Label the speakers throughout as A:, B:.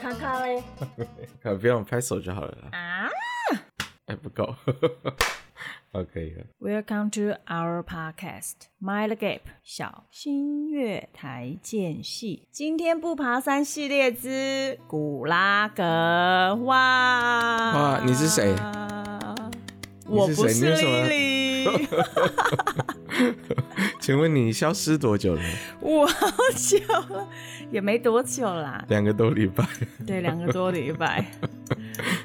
A: 他嘞？
B: 啊不用拍手就好了啦，
A: 啊
B: 哎、不够， 好可以了。
A: ！Welcome to our podcast, Mind Gap，小心月台间隙。今天不爬山系列之古拉格哇！
B: 哇你是谁？
A: 我不
B: 你是谁
A: 是
B: 你为什么
A: 丽丽，
B: 请问你消失多久了？
A: 我好久了，也没多久啦，
B: 两个多礼拜，
A: 对，两个多礼拜。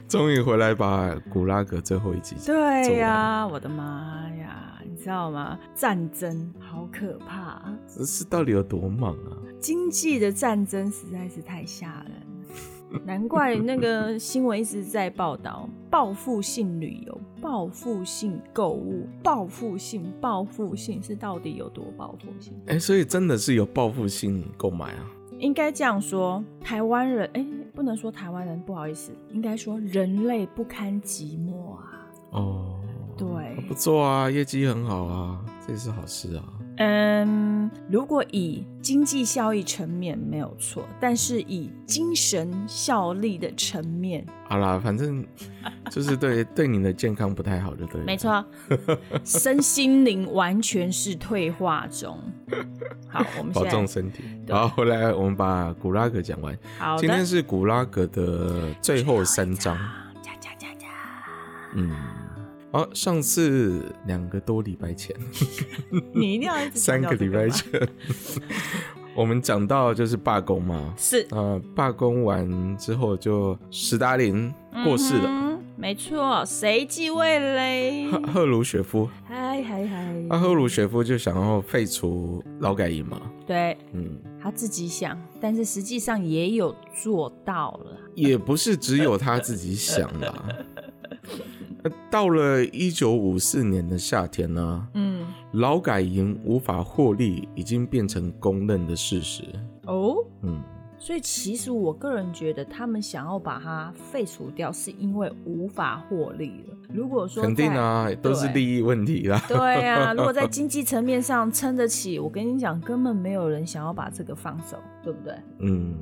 B: 终于回来把古拉格最后一集。
A: 对
B: 走
A: 呀、我的妈呀，你知道吗？战争好可怕啊，
B: 这是到底有多忙啊？
A: 经济的战争实在是太吓人 了，难怪那个新闻一直在报道报复性旅游、报复性购物、报复性、报复性是到底有多报复性？
B: 哎、所以真的是有报复性购买啊？
A: 应该这样说，台湾人哎、不能说台湾人，不好意思，应该说人类不堪寂寞啊。
B: 哦，
A: 对，
B: 不错啊，业绩很好啊，这是好事啊。
A: 嗯，如果以经济效益层面没有错，但是以精神效力的层面，
B: 好啦，反正就是对对你的健康不太好，就对了。
A: 没，错，身心灵完全是退化中。好，我们
B: 保
A: 现
B: 重
A: 在
B: 身体。
A: 对
B: 好，回来我们把古拉格讲完。
A: 好
B: 今
A: 的
B: 天，是古拉格的最后三章。
A: 加加加加，
B: 嗯，好，上次两个多礼 拜前，
A: 你一定要一直
B: 三
A: 强调
B: 个
A: 这
B: 礼拜
A: 吗
B: 前， 我们讲到就是罢工嘛。
A: 是
B: 呃，罢工完之后就史达林过世了，
A: 嗯哼没错，谁继位 嘞？
B: 赫赫鲁雪夫，
A: 嗨嗨
B: 那、
A: 嗨，
B: 赫鲁雪夫就想要废除劳改营嘛，
A: 对
B: 嗯，
A: 他自己想，但是实际上也有做到了。
B: 也不是只有他自己想啦。 呃到了一九五四年的夏天呢、
A: 嗯，
B: 劳改营无法获利已经变成公认的事实。
A: 哦。
B: 嗯，
A: 所以其实我个人觉得，他们想要把它废除掉，是因为无法获利了。如果说
B: 肯定
A: 在，
B: 啊，都是利益问题 啦。
A: 对啊，如果在经济层面上撑得起，我跟你讲，根本没有人想要把这个放手，对不对？
B: 嗯，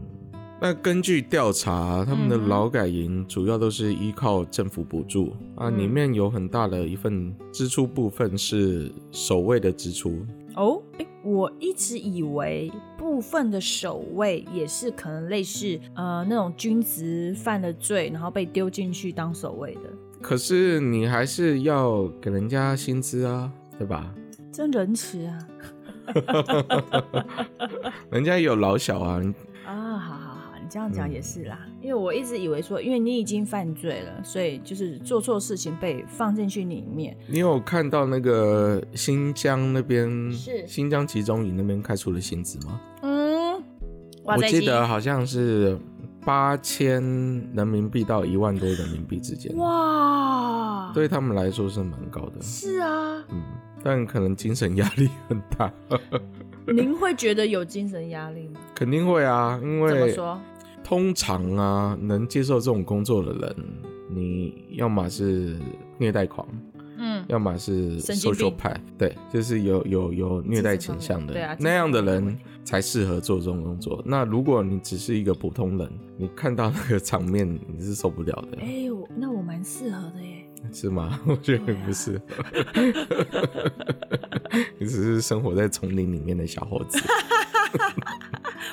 B: 那根据调查，他们的
A: 嗯哼
B: 劳改营主要都是依靠政府补助啊，
A: 嗯
B: 里面有很大的一份支出部分是守卫的支出，
A: 哦，诶我一直以为部分的守卫也是可能类似呃那种军职犯了罪，然后被丢进去当守卫的，
B: 可是你还是要给人家薪资啊，对吧？
A: 真仁慈啊！
B: 人家有老小啊，
A: 啊，好好好，你这样讲也是啦，因为我一直以为说，因为你已经犯罪了，所以就是做错事情被放进去里面。
B: 你有看到那个新疆那边
A: 是
B: 新疆集中营那边开出的薪资吗？
A: 嗯，哇
B: 我
A: 塞
B: 记得好像是八千人民币到一万多人民币之间，
A: 哇，，
B: 对他们来说是蛮高的。
A: 是啊，
B: 嗯，但可能精神压力很大，
A: 您会觉得有精神压力吗？
B: 肯定会啊，因
A: 怎么
B: 为
A: 说？
B: 通常啊，能接受这种工作的人，你要么是虐待狂，
A: 嗯，
B: 要么是
A: 神经
B: social
A: 病
B: 派，对，就是有有有虐待倾向
A: 精神方
B: 的，
A: 面对啊
B: 那样的
A: 精神方
B: 人
A: 面
B: 才适合做这种工作。那如果你只是一个普通人，你看到那个场面，你是受不了的，
A: 哎、我那我蛮适合的耶。
B: 是吗？ 我觉得
A: 对
B: 你
A: 啊
B: 不是，你只是生活在丛林里面的小猴 子。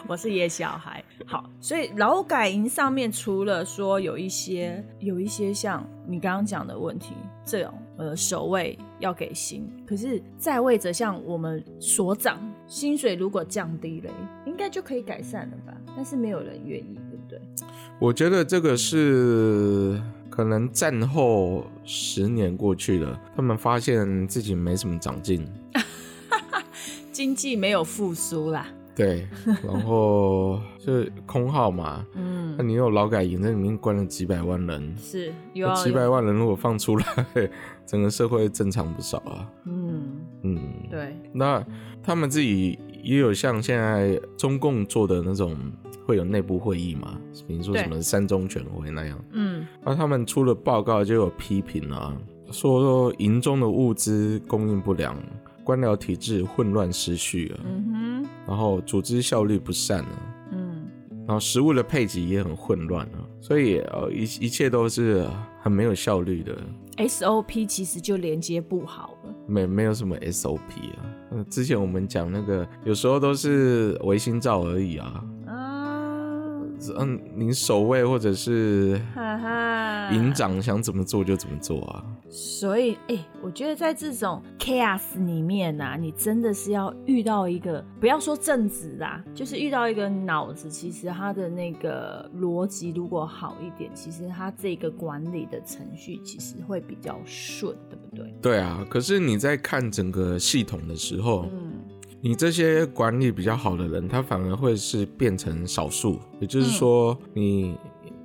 A: 我是野小孩。好，所以劳改营上面除了说有一些有一些像你刚刚讲的问题，这种呃守卫要给薪，可是在位者像我们所长，薪水如果降低了，应该就可以改善了吧？但是没有人愿意，对不对？
B: 我觉得这个是可能战后十年过去了，他们发现自己没什么长进，
A: 经济没有复苏啦。
B: 对，然后就是空号嘛。那
A: 嗯，
B: 你有劳改营在里面关了几百万人，
A: 是有
B: 那
A: 啊
B: 几百万人如果放出来， 整个社会正常不少啊。
A: 嗯，
B: 嗯，
A: 对，
B: 那他们自己也有像现在中共做的那种会有内部会议嘛，比如说
A: 对
B: 什么三中全会那样。
A: 嗯
B: 那他们出了报告就有批评啊，说营中的物资供应不良，官僚体制混乱失序了，啊
A: 嗯
B: 然后组织效率不善了，
A: 哼，嗯
B: 然然后食物的配给也很混乱啊，所以呃一一切都是很没有效率的，
A: SOP 其实就连接不好了。
B: 没没有什么 SOP 啊。呃之前我们讲那个，有时候都是违心照而已啊。
A: 啊，
B: 嗯，您守卫或者是
A: 哈哈，
B: 营。长想怎么做就怎么做啊。
A: 所以，哎、我觉得在这种 chaos 里面呐、你真的是要遇到一个，不要说正直啦，就是遇到一个脑子，其实他的那个逻辑如果好一点，其实他这个管理的程序其实会比较顺，对不对？
B: 对啊，可是你在看整个系统的时候，
A: 嗯，
B: 你这些管理比较好的人，他反而会是变成少数，也就是
A: 嗯
B: 说，你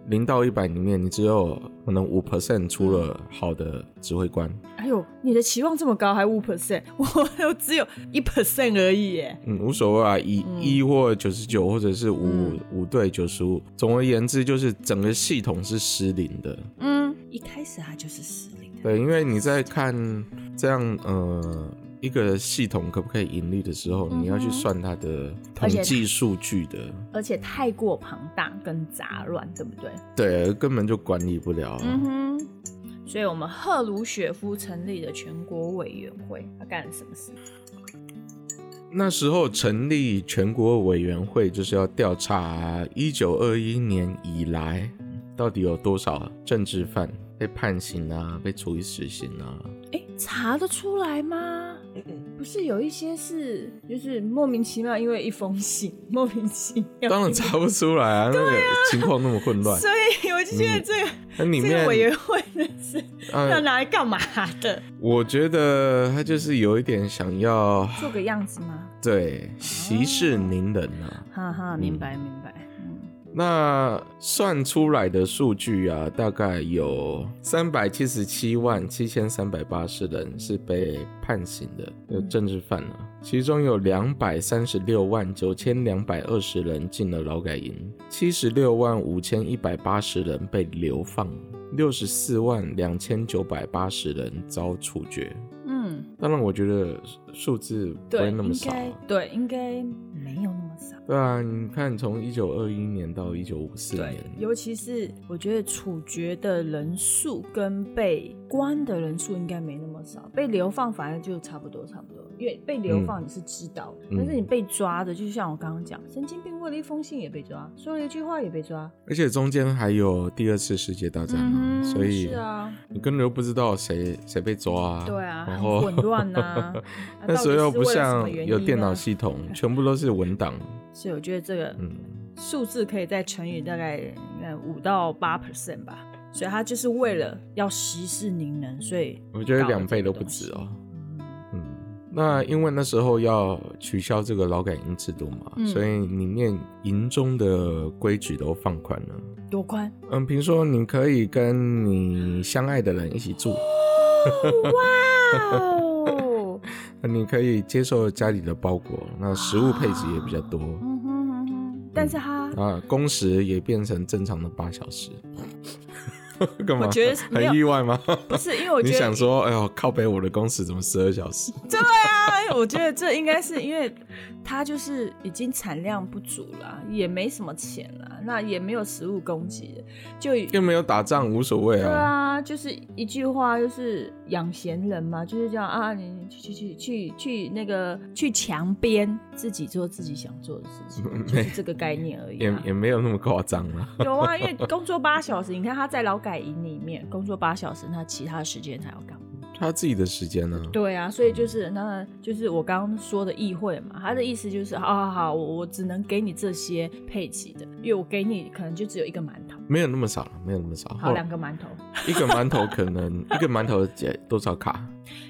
B: 零到一百里面，你只有可能五 percent 出了
A: 嗯
B: 好的指挥官。
A: 哎呦，你的期望这么高，还五 percent，我 又只有一 percent 而已耶。
B: 嗯，无所谓啊，一
A: 嗯
B: 一或九十九，或者是五
A: 嗯
B: 五对九十五。总而言之，就是整个系统是失灵的。
A: 嗯，一开始他就是失灵啊的。
B: 对，因为你在看这样呃一个系统可不可以盈利的时候，你要去
A: 嗯哼
B: 算它的统
A: 而且
B: 计数据的，
A: 而且太过庞大跟杂乱，对不对？
B: 对，根本就管理不了啊。
A: 嗯哼。所以，我们赫鲁雪夫成立了全国委员会，他干了什么事？
B: 那时候成立全国委员会，就是要调查一九二一年以来到底有多少政治犯被判刑啊，被处以死刑啊。
A: 哎，查得出来吗？嗯不是有一些是就是莫名其妙，因为一封信，莫名其妙。
B: 当然查不出来啊，那个情况那么混乱
A: 所，以我就觉得
B: 你
A: 这个啊
B: 那里
A: 这个委
B: 面
A: 员会呢是要
B: 呃，
A: 拿来干嘛的？
B: 我觉得他就是有一点想要
A: 做个样子吗？
B: 对息
A: 哦
B: 事宁人啊。
A: 哈哈，明白明白。嗯
B: 那算出来的数据啊，大概有三百七十七万七千三百八十人是被判刑的，有
A: 嗯
B: 政治犯啊，其中有两百三十六万九千两百二十人进了劳改营，七十六万五千一百八十人被流放，六十四万两千九百八十人遭处决。
A: 嗯，
B: 当然，我觉得数字不
A: 对，
B: 会那么
A: 应
B: 少啊、
A: 该对，应该没有那么少。
B: 对啊，你看，从一九二一年到一九五四
A: 对
B: 年，，
A: 尤其是我觉得处决的人数跟被关的人数应该没那么少，被流放反而就差不多差不多，因为被流放你是知道，
B: 嗯
A: 但是你被抓的，就像我刚刚讲，神经病为了一封信也被抓，说了一句话也被抓，
B: 而且中间还有第二次世界大战啊，
A: 嗯哼
B: 所以
A: 是啊
B: 你根本就不知道谁谁被抓啊，
A: 对啊，
B: 然
A: 很
B: 后
A: 混乱呐、 啊。
B: 那时候又不像有电脑
A: 系，
B: 系统，全部都是文档，
A: 所以我觉得这个
B: 嗯，
A: 数字可以再乘以大概呃五到八 percent 吧，所以他就是为了要息事宁人，所以
B: 我觉得
A: 搞了
B: 两倍
A: 这个
B: 都不
A: 东
B: 止
A: 西
B: 哦，
A: 嗯
B: 嗯。那因为那时候要取消这个劳改营制度嘛，
A: 嗯
B: 所以里面营中的规矩都放宽了。
A: 多宽？
B: 嗯，比如说你可以跟你相爱的人一起住，
A: 哦，哇哦！
B: 那你可以接受家里的包裹，那食物配置也比较多。
A: 嗯哼哼哼，但是他，
B: 啊，工时也变成正常的八小时， 干嘛？
A: 我觉得没有
B: 很意外吗？
A: 不是因 为我觉
B: 你
A: 得
B: 想说，哎呦，靠北，我的工时怎么十二小时？
A: 对啊，我觉得这应该是因为他就是已经产量不足了，也没什么钱了，那也没有食物供给，就
B: 又没有打仗，无所谓
A: 对
B: 啊。
A: 啊，就是一句话，就是养闲人嘛，就是这样啊，你你去去去去去那个去墙边自己做自己想做的事 情，就是这个概念而已、
B: 也
A: 啊。
B: 也没有那么夸张啦。
A: 有啊，因为工作八小时，你看他在劳改营里面工作八小时，那其他的时间他要 干嘛？
B: 他自己的时间呢、
A: 对啊，所以就是那就是我刚刚说的议会嘛，他的意思就是，好好好，我我只能给你这些配给的，因为我给你可能就只有一个馒头，
B: 没有那么少了，没有那么少。
A: 好
B: 后
A: 两个馒头，
B: 一个馒头可 能一个馒头解多少卡？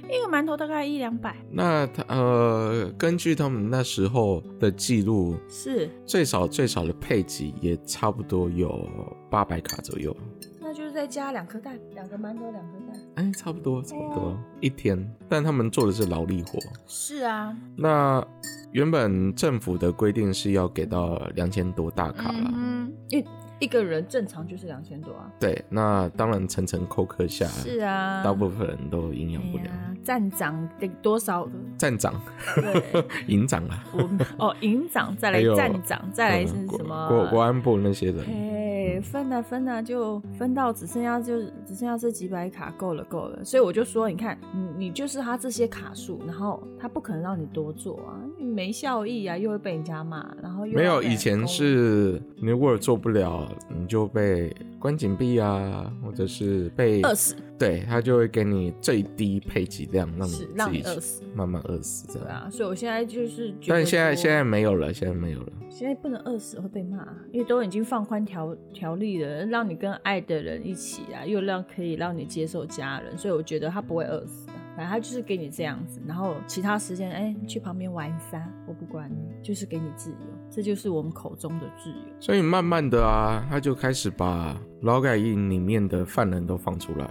A: 一个馒头大概一两百，
B: 那他呃，根据他们那时候的记录，
A: 是，
B: 最少最少的配给也差不多有八百卡左右。
A: 那就是再加两颗蛋，两个馒头，两颗蛋，
B: 哎，差不多，差不
A: 对
B: 多
A: 啊
B: 一天，但他们做的是劳力活。
A: 是啊，
B: 那原本政府的规定是要给到两千多大卡啦，啊
A: 嗯哼，因为一个人正常就是两千多啊。
B: 对，那当然层层扣克下来，
A: 是啊，
B: 大部分人都营养不
A: 哎
B: 良。
A: 呀站长得多少个？
B: 站 长、
A: 对，
B: 营长啊，
A: 我们哦，营长再
B: 还
A: 来
B: 有
A: 站长，再来是
B: 嗯国
A: 什么？
B: 国国安部那些人，
A: 哎，分啊分啊，就分到只剩下就只剩下这几百卡，够了够了。所以我就说，你看，你你就是他这些卡数，然后他不可能让你多做啊，没效益啊，又会被人家骂，然后又
B: 没
A: 要
B: 有
A: 被人
B: 以前
A: 攻
B: 是，你如果做不了，你就被关禁闭啊，或者是被
A: 饿死，
B: 对他就会给你最低配给量，让你
A: 是让你
B: 自己
A: 饿死
B: 慢慢饿死这
A: 对
B: 样。
A: 啊。所以我现在就是觉得说，
B: 但现在现在没有了，现在没有了。
A: 现在不能饿死会被骂，啊因为都已经放宽条条例了，让你跟爱的人一起啊，又让可以让你接受家人，所以我觉得他不会饿死的。啊反正他就是给你这样子，然后其他时间，哎、你去旁边玩一下，我不管你，就是给你自由，这就是我们口中的自由。
B: 所以慢慢的啊，他就开始把劳改营里面的犯人都放出来，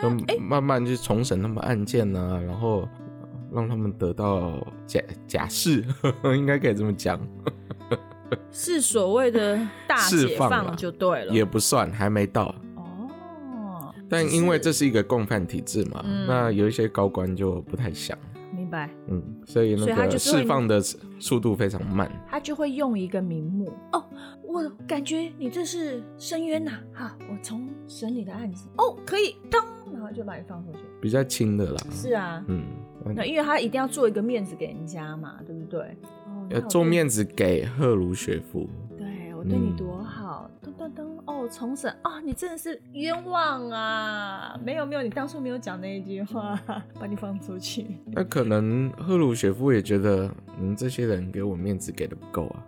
B: 就
A: 嗯，哎、
B: 慢慢去重审他们案件啊，然后呃让他们得到假假释， 应该可以这么讲，
A: 是所谓的大
B: 释
A: 解
B: 放啦
A: 放就对了。
B: 也不算，还没到。
A: 哦，
B: 但
A: 只
B: 因为
A: 是
B: 这是一个共犯体制嘛，
A: 嗯
B: 那有一些高官就不太想，
A: 明白，
B: 嗯，所以
A: 所以
B: 那
A: 他
B: 个
A: 就是会
B: 释放的速度非常慢。
A: 他就会用一个名目哦，我感觉你这是深渊呐、哈，我重审你的案子哦，可以当，然后就把你放出去。
B: 比较轻的啦。
A: 是啊，
B: 嗯，
A: 那因为他一定要做一个面子给人家嘛，对不对？哦，那
B: 要
A: 我
B: 呃做
A: 对
B: 面子给赫鲁雪夫，
A: 对我对你
B: 嗯
A: 多好，噔噔噔，哦，重审啊、你真的是冤枉啊！没有没有，你当初没有讲那一句话， 把你放出去。
B: 那可能赫鲁雪夫也觉得，嗯，这些人给我面子给的不够 啊，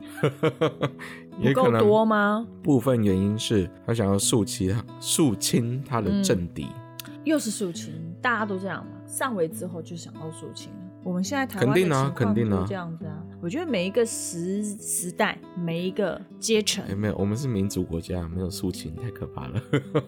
B: 也可
A: 不
B: 能
A: 够多吗？
B: 部分原因是他想要肃清他肃清他的政敌，
A: 又是肃清，大家都这样嘛。上位之后就想到肃清了。我们现在台湾
B: 肯
A: 的
B: 定啊
A: 情况
B: 肯定啊
A: 就这样子啊。我觉得每一个时时代，每一个阶层
B: 哎、，没有，我们是民主国家，没有肃清，太可怕了，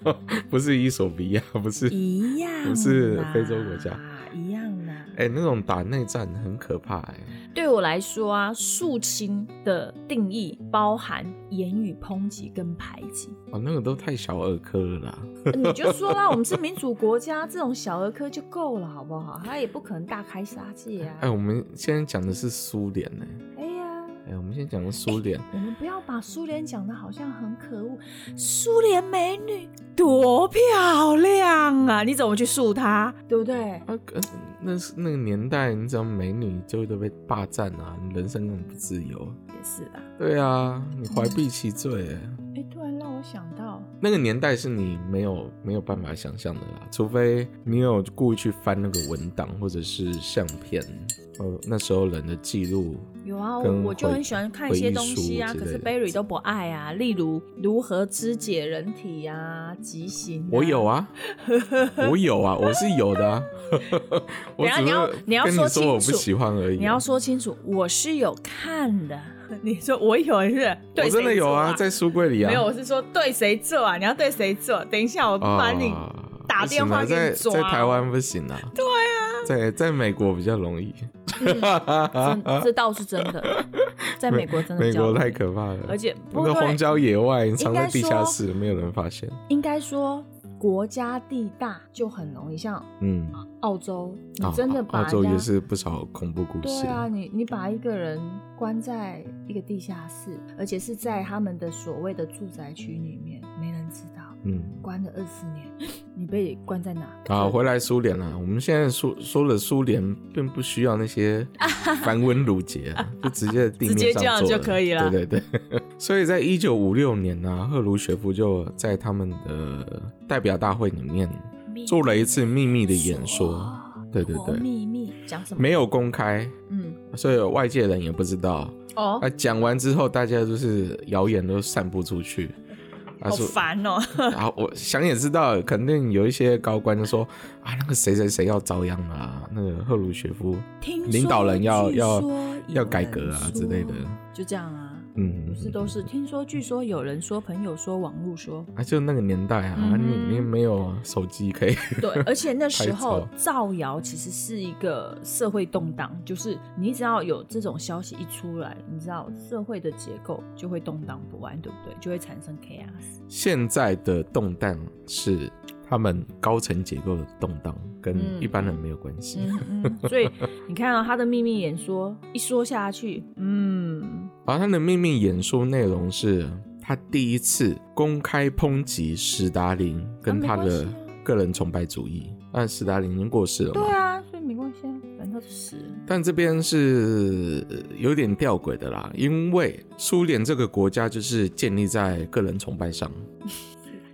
B: 不是伊索比亚，不是
A: 一样啦，
B: 不是非洲国家，
A: 一样的。
B: 哎、那种打内战很可怕、哎，
A: 对我来说啊，肃清的定义包含言语抨击跟排 挤。
B: 哦，那个都太小儿科了啦，
A: 你就说啦，我们是民主国家，这种小儿科就够了，好不好？他也不可能大开杀戒啊
B: 哎、。我们现在讲的是苏联呢，
A: 哎呀，
B: 哎、我们现在讲的苏联。
A: 我们不要把苏联讲的好像很可恶，苏联美女多漂亮啊！你怎么去诉她，对不对？
B: 啊，可那是那个年代，你只要美女就会被霸占啊，你人生根本不自由。
A: 也是啊，
B: 对啊，你怀璧其罪欸。
A: 哎，突然让我想到，
B: 那个年代是你没有没有办法想象的啦，除非你有故意去翻那个文档或者是相片，呃，那时候人的记录，
A: 有啊，
B: 跟
A: 我就
B: 回
A: 很喜欢看一些东西啊，可
B: 回忆书之类
A: 是
B: 的
A: Barry 都不爱啊，例如如何肢解人体啊、极刑、
B: 我有，啊，我有啊，我是有的啊。
A: 等
B: 我
A: 一下
B: 只
A: 你要
B: 是
A: 你要
B: 跟
A: 说
B: 你
A: 清
B: 说我不
A: 楚
B: 喜欢而已啊。
A: 你要说清楚，我是有看的。 你说我有是不是？对
B: 我真的
A: 谁
B: 有
A: 做
B: 啊，
A: 啊，
B: 在书柜里啊。
A: 没有，我是说对谁做啊？你要对谁做？等一下，我把你、
B: 哦
A: 打电话
B: 不行啊
A: 给
B: 在
A: 你抓
B: 在台湾不行啊。对啊，在在美国比较容易。
A: 这这倒是嗯真的，在美国真的
B: 啊 美
A: 比较
B: 国太可怕了，
A: 而且
B: 那
A: 不
B: 个
A: 对，
B: 荒郊野外，你
A: 该
B: 藏在地下室，没有人发现。
A: 应该说国家地大就很容易，像
B: 嗯，
A: 澳洲，
B: 哦
A: 你真的把
B: 澳
A: 人
B: 洲
A: 家
B: 也是不少恐怖故事
A: 对。啊，你你把一个人关在一个地下室，而且是在他们的所谓的住宅区里面，没人知道，
B: 嗯，
A: 关了二十年，你被关在哪？
B: 啊，回来苏联啊，我们现在说说了苏联，并不需要那 些繁文缛节啊，就直接地面上做
A: 直接这样就可以了
B: 对对对， 所以在一九五六年呢、赫鲁雪夫就在他们的代表大会里面做了一次秘密的演说，对对
A: 我
B: 对，
A: 哦秘密讲什么？
B: 没有公开，
A: 嗯，
B: 所以外界人也不知道。
A: 哦
B: 啊，，讲完之后，大家就是谣言都散布出去。啊
A: 好
B: 说
A: 烦哦，
B: 啊，我想也知道，肯定有一些高官就说啊，那个谁谁谁要遭殃了啊、那个赫鲁雪夫
A: 听说
B: 领导人要
A: 据
B: 要
A: 说有
B: 要改革啊
A: 人
B: 之类的
A: 说就这样啊。
B: 嗯
A: 不是都是听说、据说、有人说、朋友说、网络说，
B: 啊，就那个年代啊，
A: 嗯哼
B: 你你没有手机可以，
A: 对，而且那时候
B: 拍
A: 造谣其实是一个社会动荡，就是你只要有这种消息一出来，你知道社会的结构就会动荡不安，对不对？就会产生 chaos。
B: 现在的动荡是他们高层结构的动荡，跟
A: 嗯
B: 一般人没有关系。
A: 嗯嗯， 所以你看到、他的秘密演说一说下去，嗯，
B: 而他的秘密演说内容是他第一次公开抨击史达林跟他
A: 啊没关
B: 的
A: 系啊
B: 个人崇拜主义。但史达林已经过世了
A: 对
B: 嘛？
A: 啊，所以没关系啊，反正他就死了。
B: 但这边是呃有点吊诡的啦，因为苏联这个国家就是建立在个人崇拜上，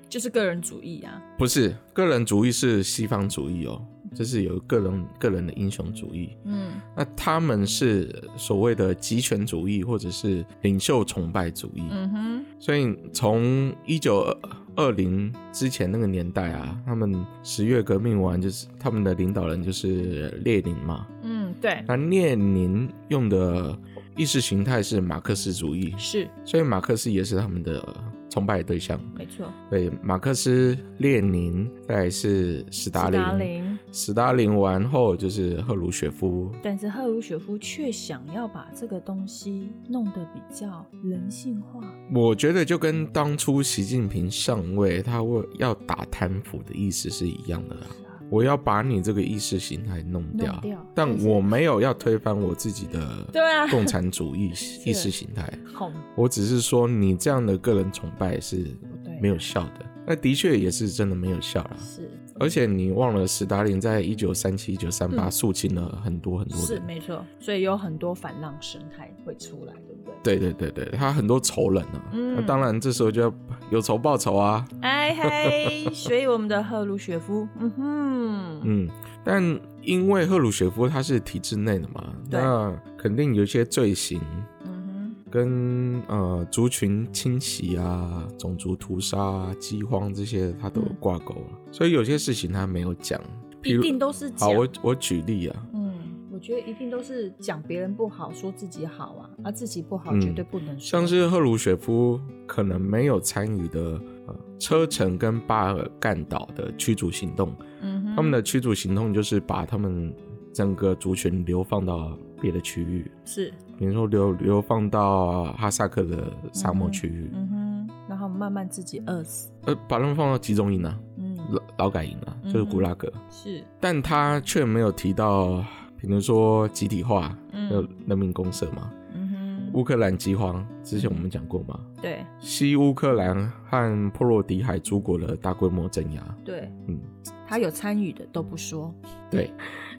A: 就是个人主义啊，
B: 不是个人主义是西方主义哦，就是有个人个人的英雄主义。
A: 嗯
B: 那他们是所谓的集权主义或者是领袖崇拜主义，
A: 嗯哼，
B: 所以从一九二零之前那个年代啊，他们十月革命完就是他们的领导人就是列宁嘛，
A: 嗯对，
B: 那列宁用的意识形态是马克思主义，
A: 是
B: 所以马克思也是他们的崇拜对象。
A: 没错，
B: 对，马克思、列宁，再来是斯大林。
A: 斯大林
B: 斯大林完后就是赫鲁雪夫，
A: 但是赫鲁雪夫却想要把这个东西弄得比较人性化。
B: 我觉得就跟当初习近平上位，他为要打贪腐的意思是一样的啦。
A: 是啊
B: 我要把你这个意识形态弄掉，
A: 弄掉但
B: 但
A: 是
B: 我没有要推翻我自己
A: 对
B: 的
A: 啊
B: 共产主义 意识形态，
A: 好，
B: 我只是说你这样的个人崇拜是
A: 对啊
B: 没有效的。那的确也是真的没有效啦。
A: 是
B: 而且你忘了，斯大林在一九三七、一九三八
A: 嗯
B: 肃清了很多很多人，
A: 是没错，所以有很多反浪生态会出来，对不对？
B: 对对对对，他很多仇人啊。
A: 嗯
B: 那当然，这时候就要有仇报仇啊。
A: 哎嘿，所以我们的赫鲁雪夫，嗯哼，
B: 嗯，但因为赫鲁雪夫他是体制内的嘛，
A: 对
B: 那肯定有一些罪行
A: 嗯
B: 跟呃族群侵袭啊、种族屠杀、啊、饥荒这些，他都有
A: 嗯
B: 挂钩了。所以有些事情他没有讲，
A: 哼，
B: 比
A: 一
B: 如
A: 定都是讲
B: 好，，我我举例啊，
A: 嗯，我觉得一定都是讲别人不好，说自己好啊，而自己不好
B: 嗯
A: 绝对不能说，
B: 像是赫鲁雪夫可能没有参与的呃车臣跟巴尔干岛的驱逐行动。
A: 嗯哼
B: 他们的驱逐行动就是把他们整个族群流放到别的区域，
A: 是，
B: 比如说流流放到哈萨克的沙漠区域，
A: 嗯哼，然后慢慢自己饿死，
B: 呃，把他们放到集中营啊、
A: 嗯，
B: 劳劳改营啊，就是古拉格。
A: 是，
B: 但他却没有提到，比如说集体化，
A: 嗯
B: 有人民公社嘛，
A: 嗯哼。
B: 乌克兰饥荒，之前我们讲过嘛，
A: 对
B: 西乌克兰和波罗的海诸国的大规模镇压，
A: 对，
B: 嗯，
A: 他有参与的都不说，
B: 对，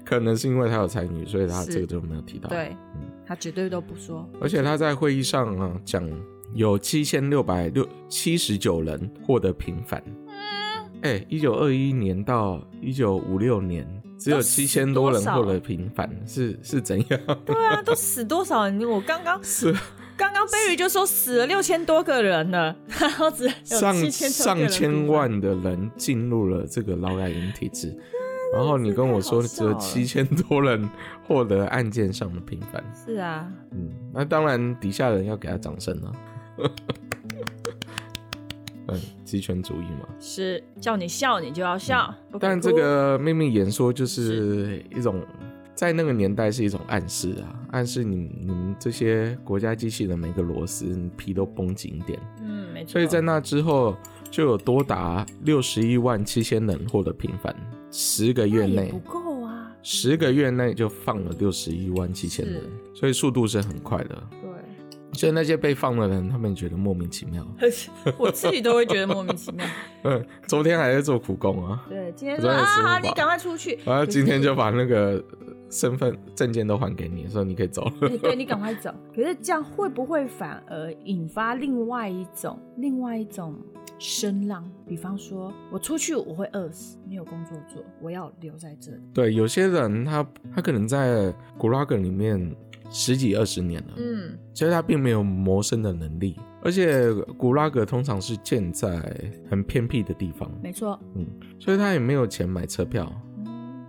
B: 可能是因为他有参与，所以他
A: 是
B: 这个就没有提到。
A: 对
B: 嗯。
A: 他绝对都不 说。
B: 而且他在会议上啊讲，有七千六百六七十九人获得平反。
A: 嗯
B: 哎，一九二一年到一九五六年，只有
A: 都
B: 七
A: 死
B: 千多人
A: 多少啊
B: 获得平反，是是怎样？
A: 对啊，都死多少人？我刚刚
B: 是
A: 刚刚 Berry 就说死了六千多个人了， 然后只有
B: 上
A: 7000多个
B: 上
A: 人
B: 千万的人进入了这个劳改营体制，然后你跟我说
A: 这
B: 只
A: 太好
B: 有
A: 笑了
B: 七千多人获得案件上的平
A: 平
B: 反，
A: 反。是啊，
B: 嗯，那当然底下人要给他掌声啊。 嗯，集权主义嘛。
A: 是叫你笑你就要笑，不可以
B: 但这
A: 哭
B: 个秘密演说就是一种在那个年代是一种暗示啊，暗示你你们这些国家机器的每个螺丝你皮都绷紧一点。
A: 嗯，没错。
B: 所以在那之后，就有多达六十一万七千人获得平反，十个月
A: 那也
B: 内
A: 不，够啊，
B: 十个月内就放了六十一万七千人，所以速度是很快的。
A: 对，
B: 所以那些被放的人，他们觉得莫名其妙。
A: 我自己都会觉得莫名其妙。
B: 嗯，昨天还在做苦工啊，
A: 对，今天
B: 我
A: 说
B: 真的是无
A: 啊，
B: 法
A: 你赶快出去，
B: 然
A: 可
B: 后今天
A: 是
B: 就把那个身份证件都还给你，说你可以走 了。
A: 哎对你赶快走。可是这样会不会反而引发另外一种另外一种声浪？比方说，我出去我会饿死，没有工作做，我要留在这里。
B: 对，有些人他他可能在古拉格里面十几二十年了，
A: 嗯，
B: 所以他并没有谋生的能力。而且古拉格通常是建在很偏僻的地方，
A: 没错。
B: 所以他也没有钱买车票、
A: 嗯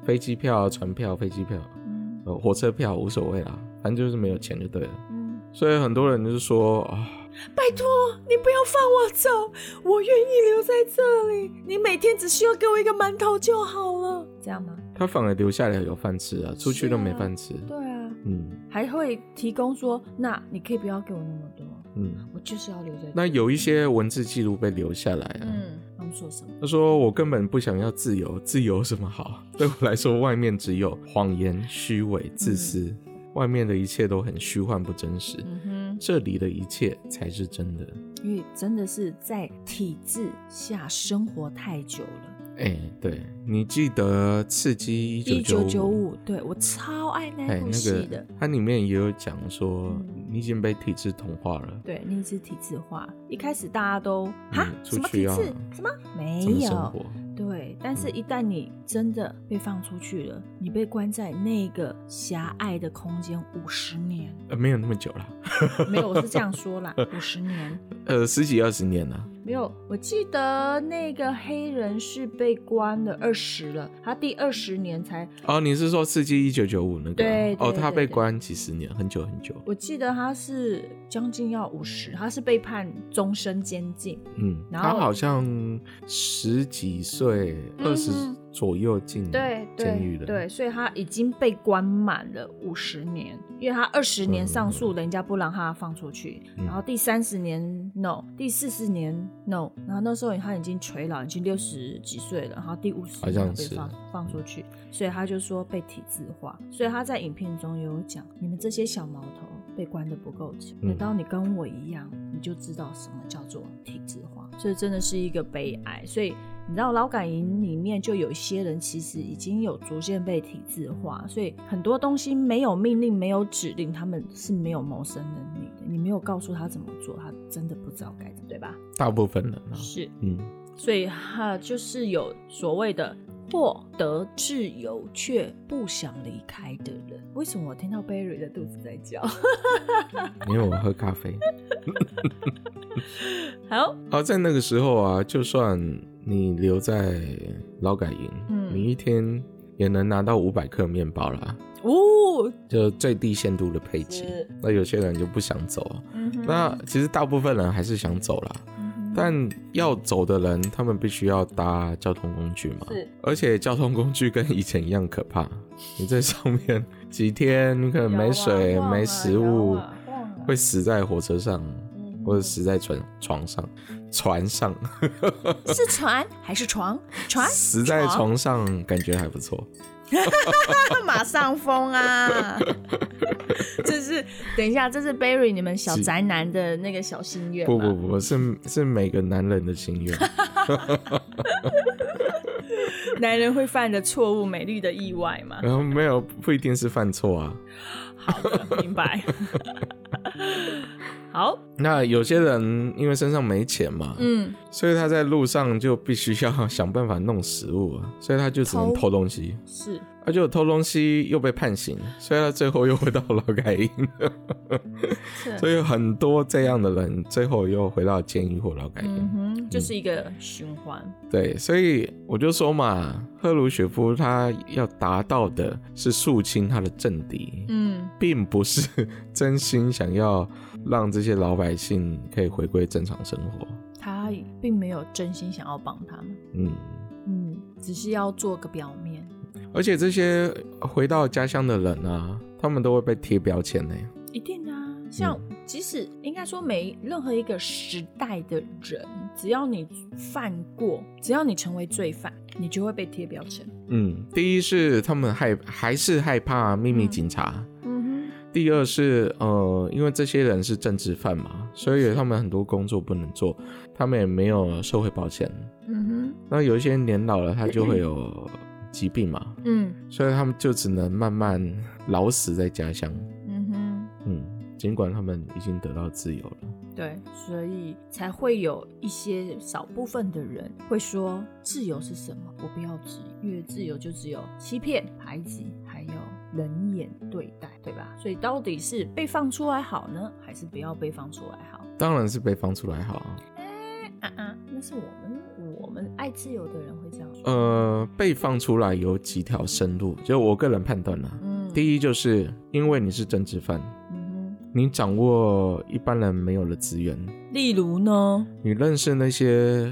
B: 飞机票、船票、飞机票、
A: 嗯
B: 呃火车票无所谓啦，反正就是没有钱就对了。
A: 嗯
B: 所以很多人就是说啊，
A: 拜托你不要放我走，我愿意留在这里。你每天只需要给我一个馒头就好了，这样吗？
B: 他反而留下来有饭吃啊，出去都没饭吃。
A: 对啊，
B: 嗯
A: 还会提供说，那你可以不要给我那么多，
B: 嗯，
A: 我就是要留在这里。
B: 那有一些文字记录被留下来啊。
A: 嗯，他们说什么？
B: 他说：“我根本不想要自由，自由有什么好？ 对我来说，外面只有谎言、虚伪、自私，外面的一切都很虚幻不真实，
A: 嗯哼，
B: 这里的一切才是真的。
A: 因为真的是在体制下生活太久了。”
B: 哎，对你记得《刺激
A: 一
B: 一
A: 九
B: 九
A: 九
B: 五》？
A: 五，对我超爱那
B: 哎，
A: 部
B: 那
A: 戏的
B: 个。它里面也有讲说
A: 嗯，
B: 你已经被体制同化了。
A: 对，那是体制化。一开始大家都哈、
B: 嗯
A: 什
B: 出
A: 么
B: 去
A: 体
B: 要
A: 制？什么？没
B: 怎么生
A: 有。
B: 活？嗯
A: 对，但是一旦你真的被放出去了，你被关在那个狭隘的空间五十 年，
B: 呃，没有那么久了，
A: 没有，我是这样说啦，五十年。
B: 呃，十几二十年了。
A: 没有，我记得那个黑人是被关了二十了，他第二十年才，
B: 哦，你是说《刺激一九九五》那个啊？
A: 对对
B: 哦，他
A: 对
B: 被
A: 对
B: 关几十年，很久很久。
A: 我记得他是将近要五十，他是被判终身监禁。
B: 嗯，
A: 然
B: 他
A: 后
B: 好像十几岁、
A: 嗯
B: 二十左右进
A: 对
B: 嗯监狱
A: 对
B: 的。
A: 对，所以他已经被关满了五十年，因为他二十年上诉，人家不让他放出去，
B: 嗯
A: 然后第三十年 no，第四十年 no，然后那时候他已经垂老，已经六十几岁了，然后第五十
B: 好
A: 年
B: 像
A: 他被
B: 是
A: 放放出去，所以他就说被体制化，所以他在影片中有讲，你们这些小毛头被关的不够久，
B: 嗯
A: 等到你跟我一样，你就知道什么叫做体制化，这真的是一个悲哀，所以。你知道劳改营里面就有一些人其实已经有逐渐被体制化，所以很多东西没有命令、没有指令，他们是没有谋生能力的。你没有告诉他怎么做，他真的不知道该怎么，对吧？
B: 大部分人啊，
A: 是，
B: 嗯，
A: 所以他就是有所谓的获得自由却不想离开的人。为什么我听到 Barry 的肚子在叫？
B: 因为我喝咖啡。
A: 好，
B: 好，在那个时候啊，就算你留在劳改营，
A: 嗯
B: 你一天也能拿到五百克面包啦，
A: 哦，
B: 就最低限度的配给
A: 是。
B: 那有些人就不想走啊，
A: 嗯哼
B: 那其实大部分人还是想走啦。
A: 嗯哼
B: 但要走的人，他们必须要搭交通工具嘛。
A: 是
B: 而且交通工具跟以前一样可怕，你在上面几天，你可能没水、
A: 摇啊
B: 没食物，
A: 晃啊晃啊
B: 会死在火车上，
A: 嗯
B: 或者死在船床上、船上，
A: 是船还是 床？船
B: 死在床上感觉还不错。
A: 马上疯啊！这是等一下，这是 Barry 你们小宅男的那个小心愿。
B: 不不，不，是是每个男人的 心愿。
A: 男人会犯的错误，美丽的意外嘛。
B: 然后没有不一定是犯错啊。
A: 好的，明 白。好，
B: 那有些人因为身上没钱嘛，
A: 嗯，
B: 所以他在路上就必须要想办法弄食物啊，所以他就只能
A: 偷
B: 偷东西，
A: 是
B: 他就偷东西又被判刑，所以他最后又回到劳改营，
A: 是
B: 所以有很多这样的人最后又回到监狱或劳改营。
A: 嗯哼，就是一个循环。
B: 对，所以我就说嘛，赫鲁雪夫他要达到的是肃清他的政敌，
A: 嗯，
B: 并不是真心想要让这些老百姓可以回归正常生活。
A: 他并没有真心想要帮他们，
B: 嗯。
A: 嗯，只是要做个表面。
B: 而且这些呃回到家乡的人啊，他们都会被贴标签呢。
A: 一定的啊，像
B: 嗯
A: 即使应该说每任何一个时代的人，只要你犯过，只要你成为罪犯，你就会被贴标签。
B: 嗯，第一是他们害还是害怕秘密警察，
A: 嗯
B: 第二是呃，因为这些人是政治犯嘛，所以他们很多工作不能做，他们也没有社会保险。
A: 哼，嗯
B: 那有一些年老了，他就会有疾病嘛，
A: 哼，嗯
B: 所以他们就只能慢慢老死在家乡。
A: 嗯哼，
B: 嗯，尽管他们已经得到自由了。
A: 对，所以才会有一些少部分的人会说，自由是什么？我不要自由，因为自由就只有欺骗、排挤，还有。冷眼对待，对吧？所以到底是被放出来好呢，还是不要被放出来好？
B: 当然是被放出来好啊。
A: 啊啊，那是我们我们爱自由的人会这样说。
B: 呃，被放出来有几条生路，就我个人判断啦、
A: 嗯，一，
B: 第一就是因为你是政治犯，
A: 嗯哼，
B: 你掌握一般人没有的资源，
A: 例如呢，
B: 你认识那些，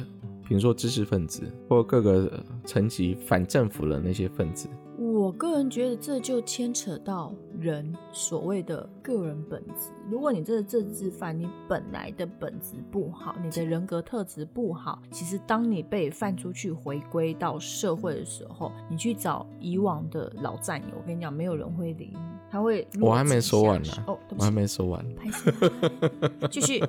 B: 比如说知识分子或各个层级反政府的那些分子，
A: 我个人觉得这就牵扯到人所谓的个人本质。如果你这个政治犯，你本来的本质不好，你的人格特质不好，其实当你被放出去回归到社会的时候，你去找以往的老战友，我跟你讲，没有人会理你，他会落井下石。
B: 我还没说完呢
A: 哦，对不
B: 我
A: 起
B: 还，没说完。
A: 拍手，继 续，